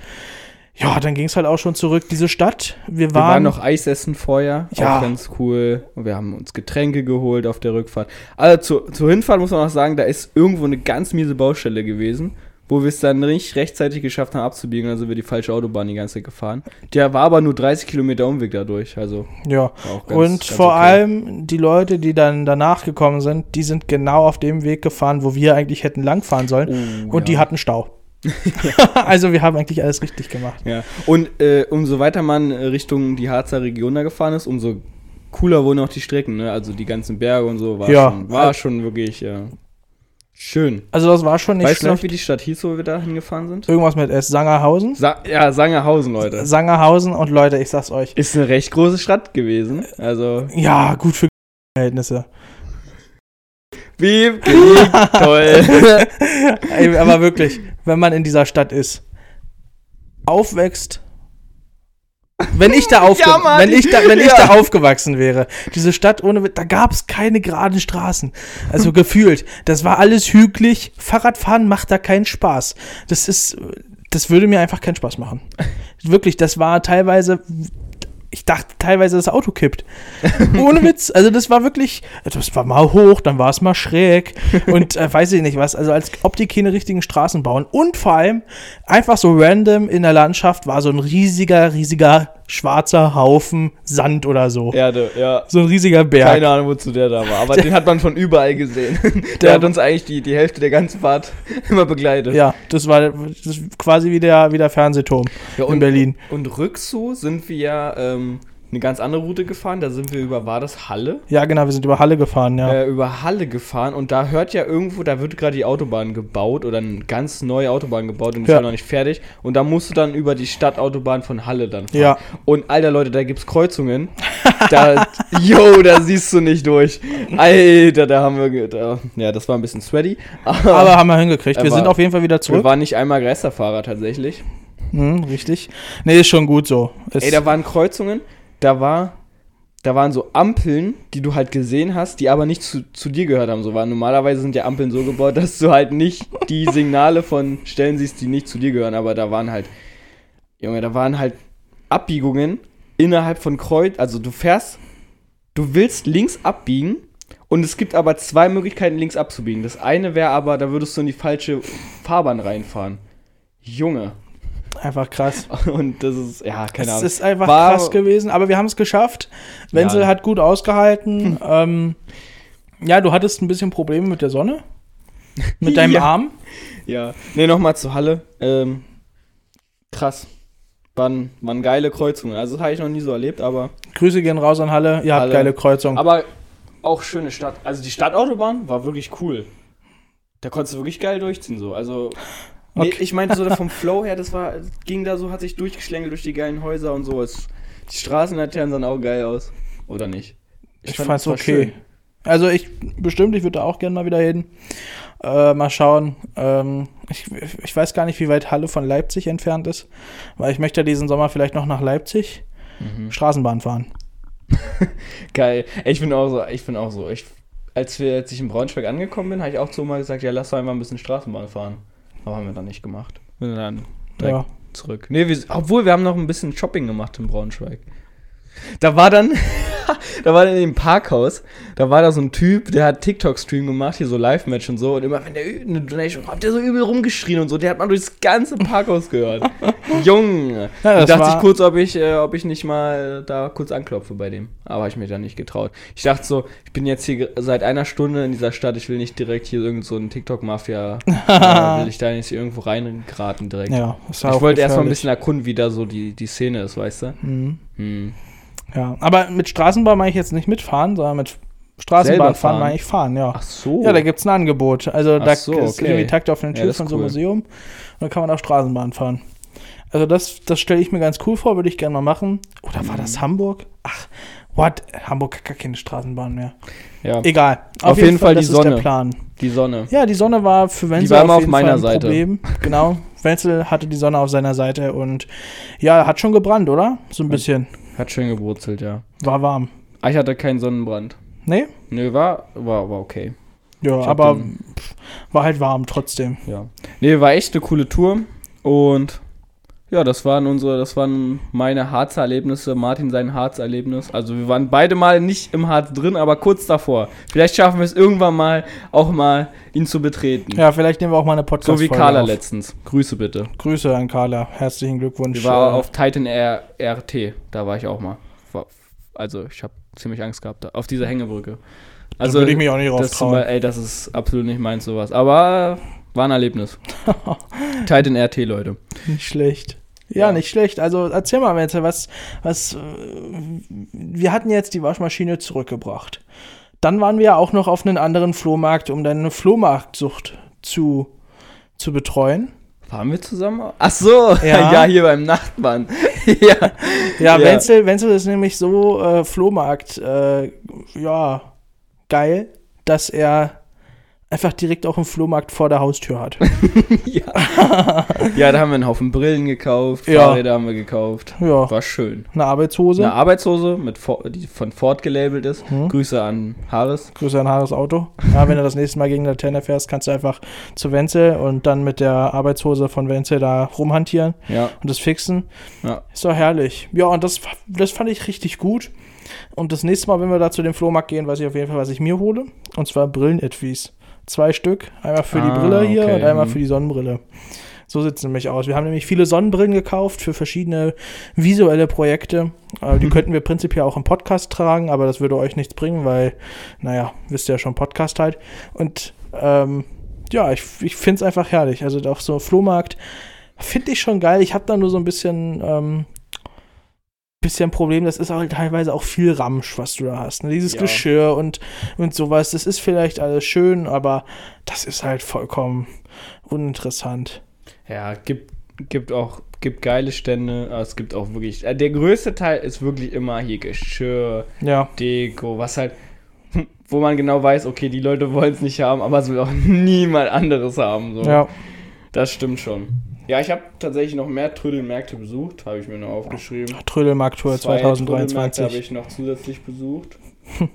Speaker 1: ja, dann ging es halt auch schon zurück. Diese Stadt, wir waren,
Speaker 2: Wir waren noch Eis essen vorher,
Speaker 1: Ja.
Speaker 2: auch ganz cool. Und Wir haben uns Getränke geholt auf der Rückfahrt. Also zu, zur Hinfahrt muss man auch sagen, da ist irgendwo eine ganz miese Baustelle gewesen, wo wir es dann nicht rechtzeitig geschafft haben abzubiegen, also wir die falsche Autobahn die ganze Zeit gefahren. Der war aber nur 30 Kilometer Umweg dadurch, also
Speaker 1: ja.
Speaker 2: war auch ganz,
Speaker 1: Und
Speaker 2: ganz
Speaker 1: vor
Speaker 2: okay.
Speaker 1: allem die Leute, die dann danach gekommen sind, die sind genau auf dem Weg gefahren, wo wir eigentlich hätten langfahren sollen.
Speaker 2: Oh,
Speaker 1: und die
Speaker 2: ja.
Speaker 1: hatten Stau. also wir haben eigentlich alles richtig gemacht.
Speaker 2: Ja. Und äh, umso weiter man äh, Richtung die Harzer Region da gefahren ist, umso cooler wurden auch die Strecken, ne? Also die ganzen Berge und so war
Speaker 1: Ja. halt
Speaker 2: schon, war schon wirklich äh, schön.
Speaker 1: Also das war schon nicht
Speaker 2: weißt du noch,
Speaker 1: schlecht.
Speaker 2: wie die Stadt hieß, wo wir da hingefahren sind?
Speaker 1: Irgendwas mit S. Sangerhausen.
Speaker 2: Sa ja, Sangerhausen, Leute.
Speaker 1: Sangerhausen und Leute, ich sag's euch.
Speaker 2: Ist eine recht große Stadt gewesen. Also,
Speaker 1: Ja, gut für Verhältnisse.
Speaker 2: wie toll.
Speaker 1: Ey, aber wirklich, wenn man in dieser Stadt ist, aufwächst. Wenn ich da, aufge
Speaker 2: Ja, Mann.
Speaker 1: wenn ich da, wenn ich
Speaker 2: Ja.
Speaker 1: da aufgewachsen wäre, diese Stadt ohne, Witz, da gab's keine geraden Straßen. Also gefühlt, das war alles hügelig. Fahrradfahren macht da keinen Spaß. Das ist, das würde mir einfach keinen Spaß machen. Wirklich, das war teilweise, ich dachte teilweise, das Auto kippt. Ohne Witz. Also das war wirklich, das war mal hoch, dann war es mal schräg und äh, weiß ich nicht was. Also als ob die keine richtigen Straßen bauen. Und vor allem einfach so random in der Landschaft war so ein riesiger, riesiger schwarzer Haufen Sand oder so.
Speaker 2: Erde, ja.
Speaker 1: So ein riesiger Berg.
Speaker 2: Keine Ahnung, wozu der da war, aber den hat man von überall gesehen. Der,
Speaker 1: Der-
Speaker 2: hat uns eigentlich die, die Hälfte der ganzen Fahrt immer begleitet.
Speaker 1: Ja, das war das ist quasi wie der, wie der Fernsehturm
Speaker 2: Ja,
Speaker 1: in Berlin.
Speaker 2: Und rückzu sind wir ja ähm, eine ganz andere Route gefahren. Da sind wir über, war das Halle?
Speaker 1: Ja, genau, wir sind über Halle gefahren, ja.
Speaker 2: Äh, über Halle gefahren und da hört ja irgendwo, da wird gerade die Autobahn gebaut oder eine ganz neue Autobahn gebaut und die
Speaker 1: Ja.
Speaker 2: ist ja noch nicht fertig. Und da musst du dann über die Stadtautobahn von Halle dann fahren.
Speaker 1: Ja.
Speaker 2: Und alter Leute, da gibt's Kreuzungen. Da, yo, da siehst du nicht durch. Alter, da haben wir, ge- da, ja, das war ein bisschen sweaty.
Speaker 1: Aber haben wir hingekriegt. Wir
Speaker 2: Aber
Speaker 1: sind auf jeden Fall wieder
Speaker 2: Wir
Speaker 1: zurück.
Speaker 2: waren nicht einmal Geisterfahrer tatsächlich.
Speaker 1: Hm, richtig. Nee, ist schon gut so. Ist,
Speaker 2: Ey, da waren Kreuzungen, da war, da waren so Ampeln, die du halt gesehen hast, die aber nicht zu, zu dir gehört haben. So waren normalerweise sind ja Ampeln so gebaut, dass du halt nicht die Signale von Stellen siehst, die nicht zu dir gehören. Aber da waren halt, Junge, da waren halt Abbiegungen innerhalb von Kreuz. Also du fährst, du willst links abbiegen. Und es gibt aber zwei Möglichkeiten, links abzubiegen. Das eine wäre aber, da würdest du in die falsche Fahrbahn reinfahren. Junge.
Speaker 1: einfach krass.
Speaker 2: Und das ist, ja, keine
Speaker 1: Es
Speaker 2: Ahnung.
Speaker 1: ist einfach
Speaker 2: War-
Speaker 1: krass gewesen, aber wir haben es geschafft. Wenzel
Speaker 2: Ja. Hm.
Speaker 1: hat gut ausgehalten. ähm, ja, du hattest ein bisschen Probleme mit der Sonne. Mit deinem
Speaker 2: Ja.
Speaker 1: Arm.
Speaker 2: Ja. Nee, nochmal zur Halle. Ähm, krass. Waren, waren geile Kreuzungen. Also das habe ich noch nie so erlebt, aber,
Speaker 1: Grüße gehen raus an Halle. Ihr habt
Speaker 2: Halle.
Speaker 1: geile Kreuzung.
Speaker 2: aber auch schöne Stadt. Also die Stadtautobahn war wirklich cool. Da konntest du wirklich geil durchziehen so. Also nee,
Speaker 1: Okay.
Speaker 2: ich meinte so vom Flow her, das war ging da so, hat sich durchgeschlängelt durch die geilen Häuser und so. Es, die Straßenlaternen sahen auch geil aus, oder nicht?
Speaker 1: Ich
Speaker 2: fand,
Speaker 1: fand's
Speaker 2: es war
Speaker 1: okay.
Speaker 2: schön.
Speaker 1: Also ich bestimmt, ich würde da auch gerne mal wieder hin. Äh, mal schauen. Ähm, ich, ich weiß gar nicht, wie weit Halle von Leipzig entfernt ist, weil ich möchte diesen Sommer vielleicht noch nach Leipzig
Speaker 2: Mhm.
Speaker 1: Straßenbahn fahren.
Speaker 2: Geil. Ey, Ich bin auch so, ich bin auch so. Ich, als, wir, als ich in Braunschweig angekommen bin, habe ich auch so mal gesagt, ja, lass doch einfach ein bisschen Straßenbahn fahren. Aber haben wir dann nicht gemacht. Bin dann direkt
Speaker 1: Ja.
Speaker 2: zurück. Nee, wir, obwohl wir haben noch ein bisschen Shopping gemacht in Braunschweig. Da war dann, da war dann in dem Parkhaus, da war da so ein Typ, der hat TikTok-Stream gemacht, hier so Live-Match und so. Und immer, wenn der ne, ü- eine Donation hat, der so übel rumgeschrien und so. Der hat man durchs ganze Parkhaus gehört. Junge.
Speaker 1: Ja,
Speaker 2: da
Speaker 1: das
Speaker 2: dachte
Speaker 1: war-
Speaker 2: ich kurz, ob ich, äh, ob ich nicht mal da kurz anklopfe bei dem. Aber habe ich mir dann nicht getraut. Ich dachte so, ich bin jetzt hier ge- seit einer Stunde in dieser Stadt, ich will nicht direkt hier irgend so einen TikTok-Mafia, äh, will ich da nicht irgendwo reingeraten direkt.
Speaker 1: Ja, das war
Speaker 2: Ich
Speaker 1: auch
Speaker 2: wollte erstmal ein
Speaker 1: gefährlich.
Speaker 2: bisschen erkunden, wie da so die, die Szene ist, weißt du?
Speaker 1: Mhm.
Speaker 2: Hm.
Speaker 1: Ja, aber mit Straßenbahn meine ich jetzt nicht mitfahren, sondern mit
Speaker 2: Selber
Speaker 1: Straßenbahn
Speaker 2: fahren?
Speaker 1: fahren meine ich fahren, ja.
Speaker 2: Ach so.
Speaker 1: Ja, da gibt es ein Angebot. Also da
Speaker 2: Ach so,
Speaker 1: ist
Speaker 2: okay.
Speaker 1: irgendwie Takt auf den
Speaker 2: Ja,
Speaker 1: Tür
Speaker 2: das ist
Speaker 1: von so einem
Speaker 2: cool.
Speaker 1: Museum. Und dann kann man auch Straßenbahn fahren. Also das, das stelle ich mir ganz cool vor, würde ich gerne mal machen. Oder war
Speaker 2: Mhm.
Speaker 1: das Hamburg? Ach, what? Hamburg hat gar keine Straßenbahn mehr.
Speaker 2: ja.
Speaker 1: Egal.
Speaker 2: Auf jeden Fall die
Speaker 1: das ist
Speaker 2: Sonne.
Speaker 1: der Plan.
Speaker 2: die Sonne.
Speaker 1: Ja, die Sonne war für Wenzel
Speaker 2: war immer auf meiner
Speaker 1: ein
Speaker 2: Seite.
Speaker 1: Problem. Genau. Wenzel hatte die Sonne auf seiner Seite und ja, hat schon gebrannt, oder? So ein bisschen.
Speaker 2: Hat schön gewurzelt, ja.
Speaker 1: War warm.
Speaker 2: Ah, Ich hatte keinen Sonnenbrand.
Speaker 1: Nee?
Speaker 2: Nö, war, war, war okay.
Speaker 1: Ja,
Speaker 2: Ich hab
Speaker 1: aber
Speaker 2: den-
Speaker 1: pff, war halt warm trotzdem.
Speaker 2: Ja. Nee, war echt eine coole Tour. Und ja, das waren unsere, das waren meine Harz-Erlebnisse, Martin sein Harz-Erlebnis. Also wir waren beide mal nicht im Harz drin, aber kurz davor. Vielleicht schaffen wir es irgendwann mal, auch mal ihn zu betreten.
Speaker 1: Ja, vielleicht nehmen wir auch mal eine
Speaker 2: Hm. so
Speaker 1: Podcast-Folge
Speaker 2: wie Carla
Speaker 1: auf.
Speaker 2: letztens. Grüße bitte.
Speaker 1: Grüße an Carla. Herzlichen Glückwunsch.
Speaker 2: Wir waren
Speaker 1: Äh,
Speaker 2: auf Titan R RT, da war ich auch mal. War- Also ich habe ziemlich Angst gehabt, da, auf dieser Hängebrücke.
Speaker 1: da
Speaker 2: Also
Speaker 1: würde ich mich auch nicht drauf
Speaker 2: das, zum
Speaker 1: trauen.
Speaker 2: Beispiel- ey, das ist absolut nicht meins sowas. Aber war ein Erlebnis. Titan RT, Leute.
Speaker 1: Nicht schlecht. Ja,
Speaker 2: Ja.
Speaker 1: nicht schlecht. Also erzähl mal, Wenzel, was, was, äh, wir hatten jetzt die Waschmaschine zurückgebracht. Dann waren wir ja auch noch auf einen anderen Flohmarkt, um deine Flohmarktsucht zu, zu betreuen.
Speaker 2: Waren wir zusammen? Ach so,
Speaker 1: Ja.
Speaker 2: ja, hier beim Nachbarn. ja.
Speaker 1: Ja,
Speaker 2: Ja.
Speaker 1: Wenzel, Wenzel ist nämlich so äh, Flohmarkt, äh, ja, geil, dass er einfach direkt auch einen Flohmarkt vor der Haustür hat.
Speaker 2: ja. ja, da haben wir einen Haufen Brillen gekauft,
Speaker 1: Ja.
Speaker 2: Fahrräder haben wir gekauft.
Speaker 1: Ja,
Speaker 2: War schön.
Speaker 1: eine Arbeitshose.
Speaker 2: Eine Arbeitshose, mit Fo- die von Ford gelabelt ist.
Speaker 1: Hm?
Speaker 2: Grüße an Harris.
Speaker 1: Grüße an Haares Auto. Ja, wenn du das nächste Mal gegen Laterne fährst, kannst du einfach zu Wenzel und dann mit der Arbeitshose von Wenzel da rumhantieren
Speaker 2: Ja.
Speaker 1: und das fixen.
Speaker 2: Ja.
Speaker 1: Ist doch herrlich. Ja, und das, das fand ich richtig gut. Und das nächste Mal, wenn wir da zu dem Flohmarkt gehen, weiß ich auf jeden Fall, was ich mir hole. Und zwar Brillenetwies. Zwei Stück. Einmal für die
Speaker 2: Ah,
Speaker 1: Brille hier
Speaker 2: okay,
Speaker 1: und einmal
Speaker 2: mhm.
Speaker 1: für die Sonnenbrille. So sieht es nämlich aus. Wir haben nämlich viele Sonnenbrillen gekauft für verschiedene visuelle Projekte. Äh,
Speaker 2: Mhm.
Speaker 1: die könnten wir prinzipiell auch im Podcast tragen, aber das würde euch nichts bringen, weil, naja, wisst ihr ja schon, Podcast halt. Und ähm, ja, ich, ich finde es einfach herrlich. Also auch so Flohmarkt finde ich schon geil. Ich habe da nur so ein bisschen, ähm, bisschen ein Problem. Das ist halt teilweise auch viel Ramsch, was du da hast. Ne? Dieses
Speaker 2: Ja.
Speaker 1: Geschirr und, und sowas, das ist vielleicht alles schön, aber das ist halt vollkommen uninteressant.
Speaker 2: Ja, gibt, gibt auch gibt geile Stände, aber es gibt auch wirklich. äh, Der größte Teil ist wirklich immer hier Geschirr,
Speaker 1: Ja.
Speaker 2: Deko, was halt, hm, wo man genau weiß, okay, die Leute wollen es nicht haben, aber es will auch niemand anderes haben. So.
Speaker 1: Ja.
Speaker 2: Das stimmt schon. Ja, ich habe tatsächlich noch mehr Trödelmärkte besucht, habe ich mir noch aufgeschrieben.
Speaker 1: Trödelmarkt-Tour
Speaker 2: Zwei Trödelmärkte
Speaker 1: 2023.
Speaker 2: habe ich noch zusätzlich besucht.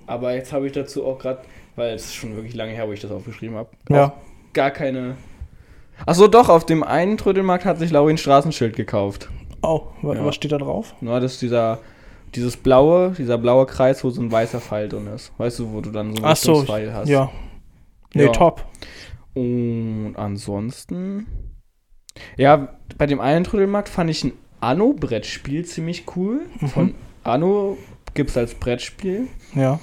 Speaker 2: aber jetzt habe ich dazu auch gerade, weil es ist schon wirklich lange her, wo ich das aufgeschrieben habe,
Speaker 1: ja.
Speaker 2: gar keine. Achso, doch, auf dem einen Trödelmarkt hat sich Laurin Straßenschild gekauft.
Speaker 1: Oh, wa-
Speaker 2: Ja.
Speaker 1: was steht da drauf?
Speaker 2: Nur das ist dieser, dieses blaue, dieser blaue Kreis, wo so ein weißer Pfeil drin ist. Weißt du, wo du dann so einen
Speaker 1: Ach so,
Speaker 2: Richtungspfeil hast.
Speaker 1: Ja. Nee,
Speaker 2: Ja.
Speaker 1: top.
Speaker 2: Und ansonsten. Ja, bei dem einen Trödelmarkt fand ich ein Anno-Brettspiel ziemlich cool.
Speaker 1: Mhm.
Speaker 2: Von Anno gibt es als Brettspiel.
Speaker 1: Ja.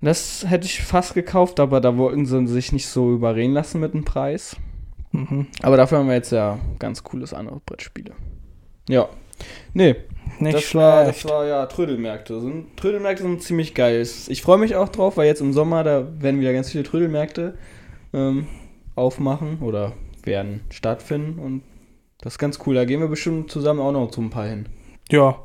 Speaker 2: Das hätte ich fast gekauft, aber da wollten sie sich nicht so überreden lassen mit dem Preis.
Speaker 1: Mhm.
Speaker 2: Aber dafür haben wir jetzt ja ganz cooles Anno-Brettspiele. Ja. Nee,
Speaker 1: Nicht
Speaker 2: das war, das
Speaker 1: schlecht.
Speaker 2: war ja Trödelmärkte. Sind, Trödelmärkte sind ziemlich geil. Ich freue mich auch drauf, weil jetzt im Sommer, da werden wieder ganz viele Trödelmärkte ähm, aufmachen oder werden stattfinden. Und das ist ganz cool. Da gehen wir bestimmt zusammen auch noch zu ein paar hin.
Speaker 1: ja.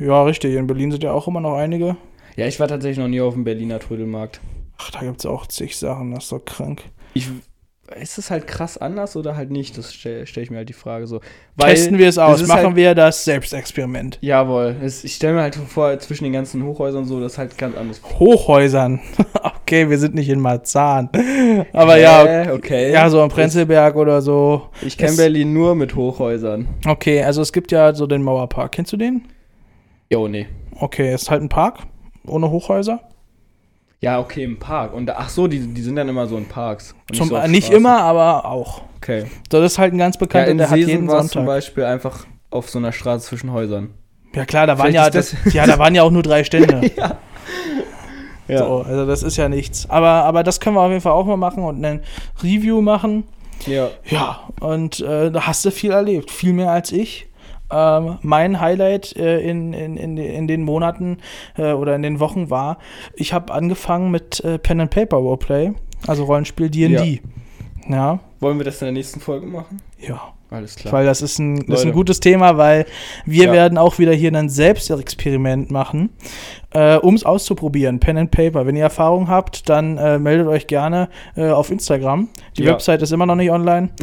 Speaker 1: Ja, richtig. In Berlin sind ja auch immer noch einige.
Speaker 2: Ja, ich war tatsächlich noch nie auf dem Berliner Trödelmarkt.
Speaker 1: Ach, da gibt es auch zig Sachen. Das ist doch krank.
Speaker 2: Ich, ist es halt krass anders oder halt nicht? Das stelle stell ich mir halt die Frage so.
Speaker 1: Testen wir es aus.
Speaker 2: ist
Speaker 1: Machen
Speaker 2: halt-
Speaker 1: wir das Selbstexperiment.
Speaker 2: Jawohl. Es, ich stelle mir halt vor, zwischen den ganzen Hochhäusern so, das ist halt ganz anders.
Speaker 1: Hochhäusern. okay, wir sind nicht in Marzahn. Aber ja.
Speaker 2: Äh, okay.
Speaker 1: Ja, so am Prenzlberg oder so.
Speaker 2: Ich kenne
Speaker 1: Es-
Speaker 2: Berlin nur mit Hochhäusern.
Speaker 1: Okay, also es gibt ja so den Mauerpark. Kennst du den?
Speaker 2: Jo, nee.
Speaker 1: Okay, ist halt ein Park ohne Hochhäuser.
Speaker 2: Ja, okay, im Park. Und da- ach so, die, die sind dann immer so in Parks. und
Speaker 1: Zum, äh,
Speaker 2: so auf
Speaker 1: nicht
Speaker 2: Straßen.
Speaker 1: immer, aber auch.
Speaker 2: Okay.
Speaker 1: So, Das ist halt ein ganz
Speaker 2: Ja,
Speaker 1: bekannter,
Speaker 2: in
Speaker 1: der hat jeden
Speaker 2: Seesen war es zum
Speaker 1: Sonntag.
Speaker 2: Beispiel einfach auf so einer Straße zwischen Häusern.
Speaker 1: Ja klar, da waren ja,
Speaker 2: Vielleicht ist
Speaker 1: das, ja, da waren ja auch nur drei Stände.
Speaker 2: Ja.
Speaker 1: so, also das ist ja nichts. Aber, aber das können wir auf jeden Fall auch mal machen und ein Review machen.
Speaker 2: ja.
Speaker 1: Ja, und äh, da hast du viel erlebt, viel mehr als ich. Ähm, mein Highlight äh, in, in, in, de- in den Monaten äh, oder in den Wochen war, ich habe angefangen mit äh, Pen and Paper Warplay, also Rollenspiel D&D. Ja.
Speaker 2: Wollen wir das in der nächsten Folge machen?
Speaker 1: ja,
Speaker 2: Alles klar.
Speaker 1: weil das ist ein, das ist ein
Speaker 2: Leute.
Speaker 1: gutes Thema, weil wir
Speaker 2: Ja.
Speaker 1: werden auch wieder hier ein Selbstexperiment machen, äh, um es auszuprobieren. Pen and Paper. Wenn ihr Erfahrung habt, dann äh, meldet euch gerne äh, auf Instagram. Die
Speaker 2: Ja.
Speaker 1: Website ist immer noch nicht online.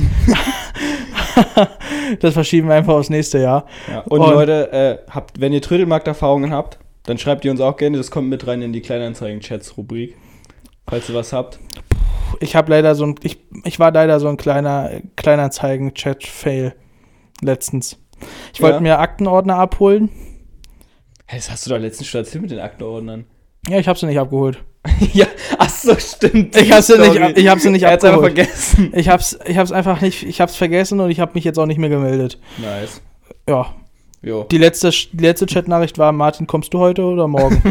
Speaker 1: das verschieben wir einfach aufs nächste Jahr.
Speaker 2: ja. und,
Speaker 1: und-
Speaker 2: Leute, äh, habt, wenn ihr Trödelmarkt-Erfahrungen habt, dann schreibt ihr uns auch gerne. Das kommt mit rein in die Kleinanzeigen-Chats-Rubrik. Falls ihr was habt.
Speaker 1: Ich habe leider so ein, ich, ich war leider so ein kleiner, kleiner Zeigen-Chat-Fail letztens. Ich wollte
Speaker 2: Ja.
Speaker 1: mir Aktenordner abholen.
Speaker 2: Hey, das hast du doch letztens schon erzählt mit den Aktenordnern.
Speaker 1: Ja, ich habe sie nicht abgeholt.
Speaker 2: ja, ach so, stimmt.
Speaker 1: Ich hab's ja nicht
Speaker 2: Sorry.
Speaker 1: ab- ich hab's ja nicht
Speaker 2: er hat's einfach
Speaker 1: abgeholt.
Speaker 2: vergessen.
Speaker 1: Ich hab's, ich hab's einfach nicht, ich hab's vergessen und ich habe mich jetzt auch nicht mehr gemeldet.
Speaker 2: Nice.
Speaker 1: Ja,
Speaker 2: Jo.
Speaker 1: die letzte, die letzte Chatnachricht war, Martin, kommst du heute oder morgen?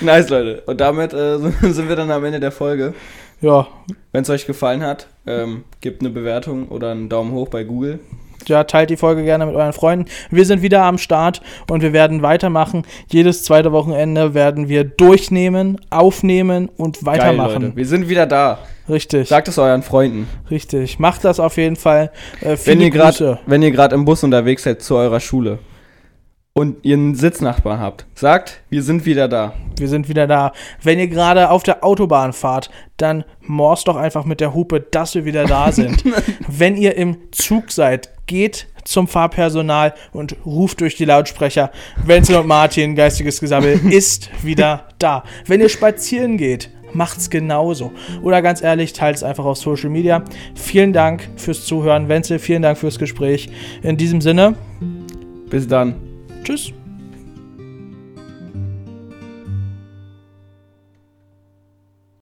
Speaker 2: Nice, Leute. Und damit äh, sind wir dann am Ende der Folge.
Speaker 1: ja,
Speaker 2: Wenn es euch gefallen hat, ähm, gebt eine Bewertung oder einen Daumen hoch bei Google.
Speaker 1: ja, teilt die Folge gerne mit euren Freunden. Wir sind wieder am Start und wir werden weitermachen. Jedes zweite Wochenende werden wir durchnehmen, aufnehmen und weitermachen.
Speaker 2: Leute. Wir sind wieder da.
Speaker 1: richtig,
Speaker 2: Sagt es euren Freunden.
Speaker 1: richtig. Macht das auf jeden Fall. Äh, viele
Speaker 2: Wenn ihr
Speaker 1: Grüße.
Speaker 2: gerade wenn ihr gerade im Bus unterwegs seid zu eurer Schule und ihr einen Sitznachbarn habt, sagt, wir sind wieder da.
Speaker 1: Wir sind wieder da. Wenn ihr gerade auf der Autobahn fahrt, dann morst doch einfach mit der Hupe, dass wir wieder da sind. Wenn ihr im Zug seid, geht zum Fahrpersonal und ruft durch die Lautsprecher. Wenzel und Martin, geistiges Gesammel, ist wieder da. Wenn ihr spazieren geht, macht's genauso. Oder ganz ehrlich, teilt es einfach auf Social Media. Vielen Dank fürs Zuhören. Wenzel, vielen Dank fürs Gespräch. In diesem Sinne,
Speaker 2: Bis dann.
Speaker 1: tschüss.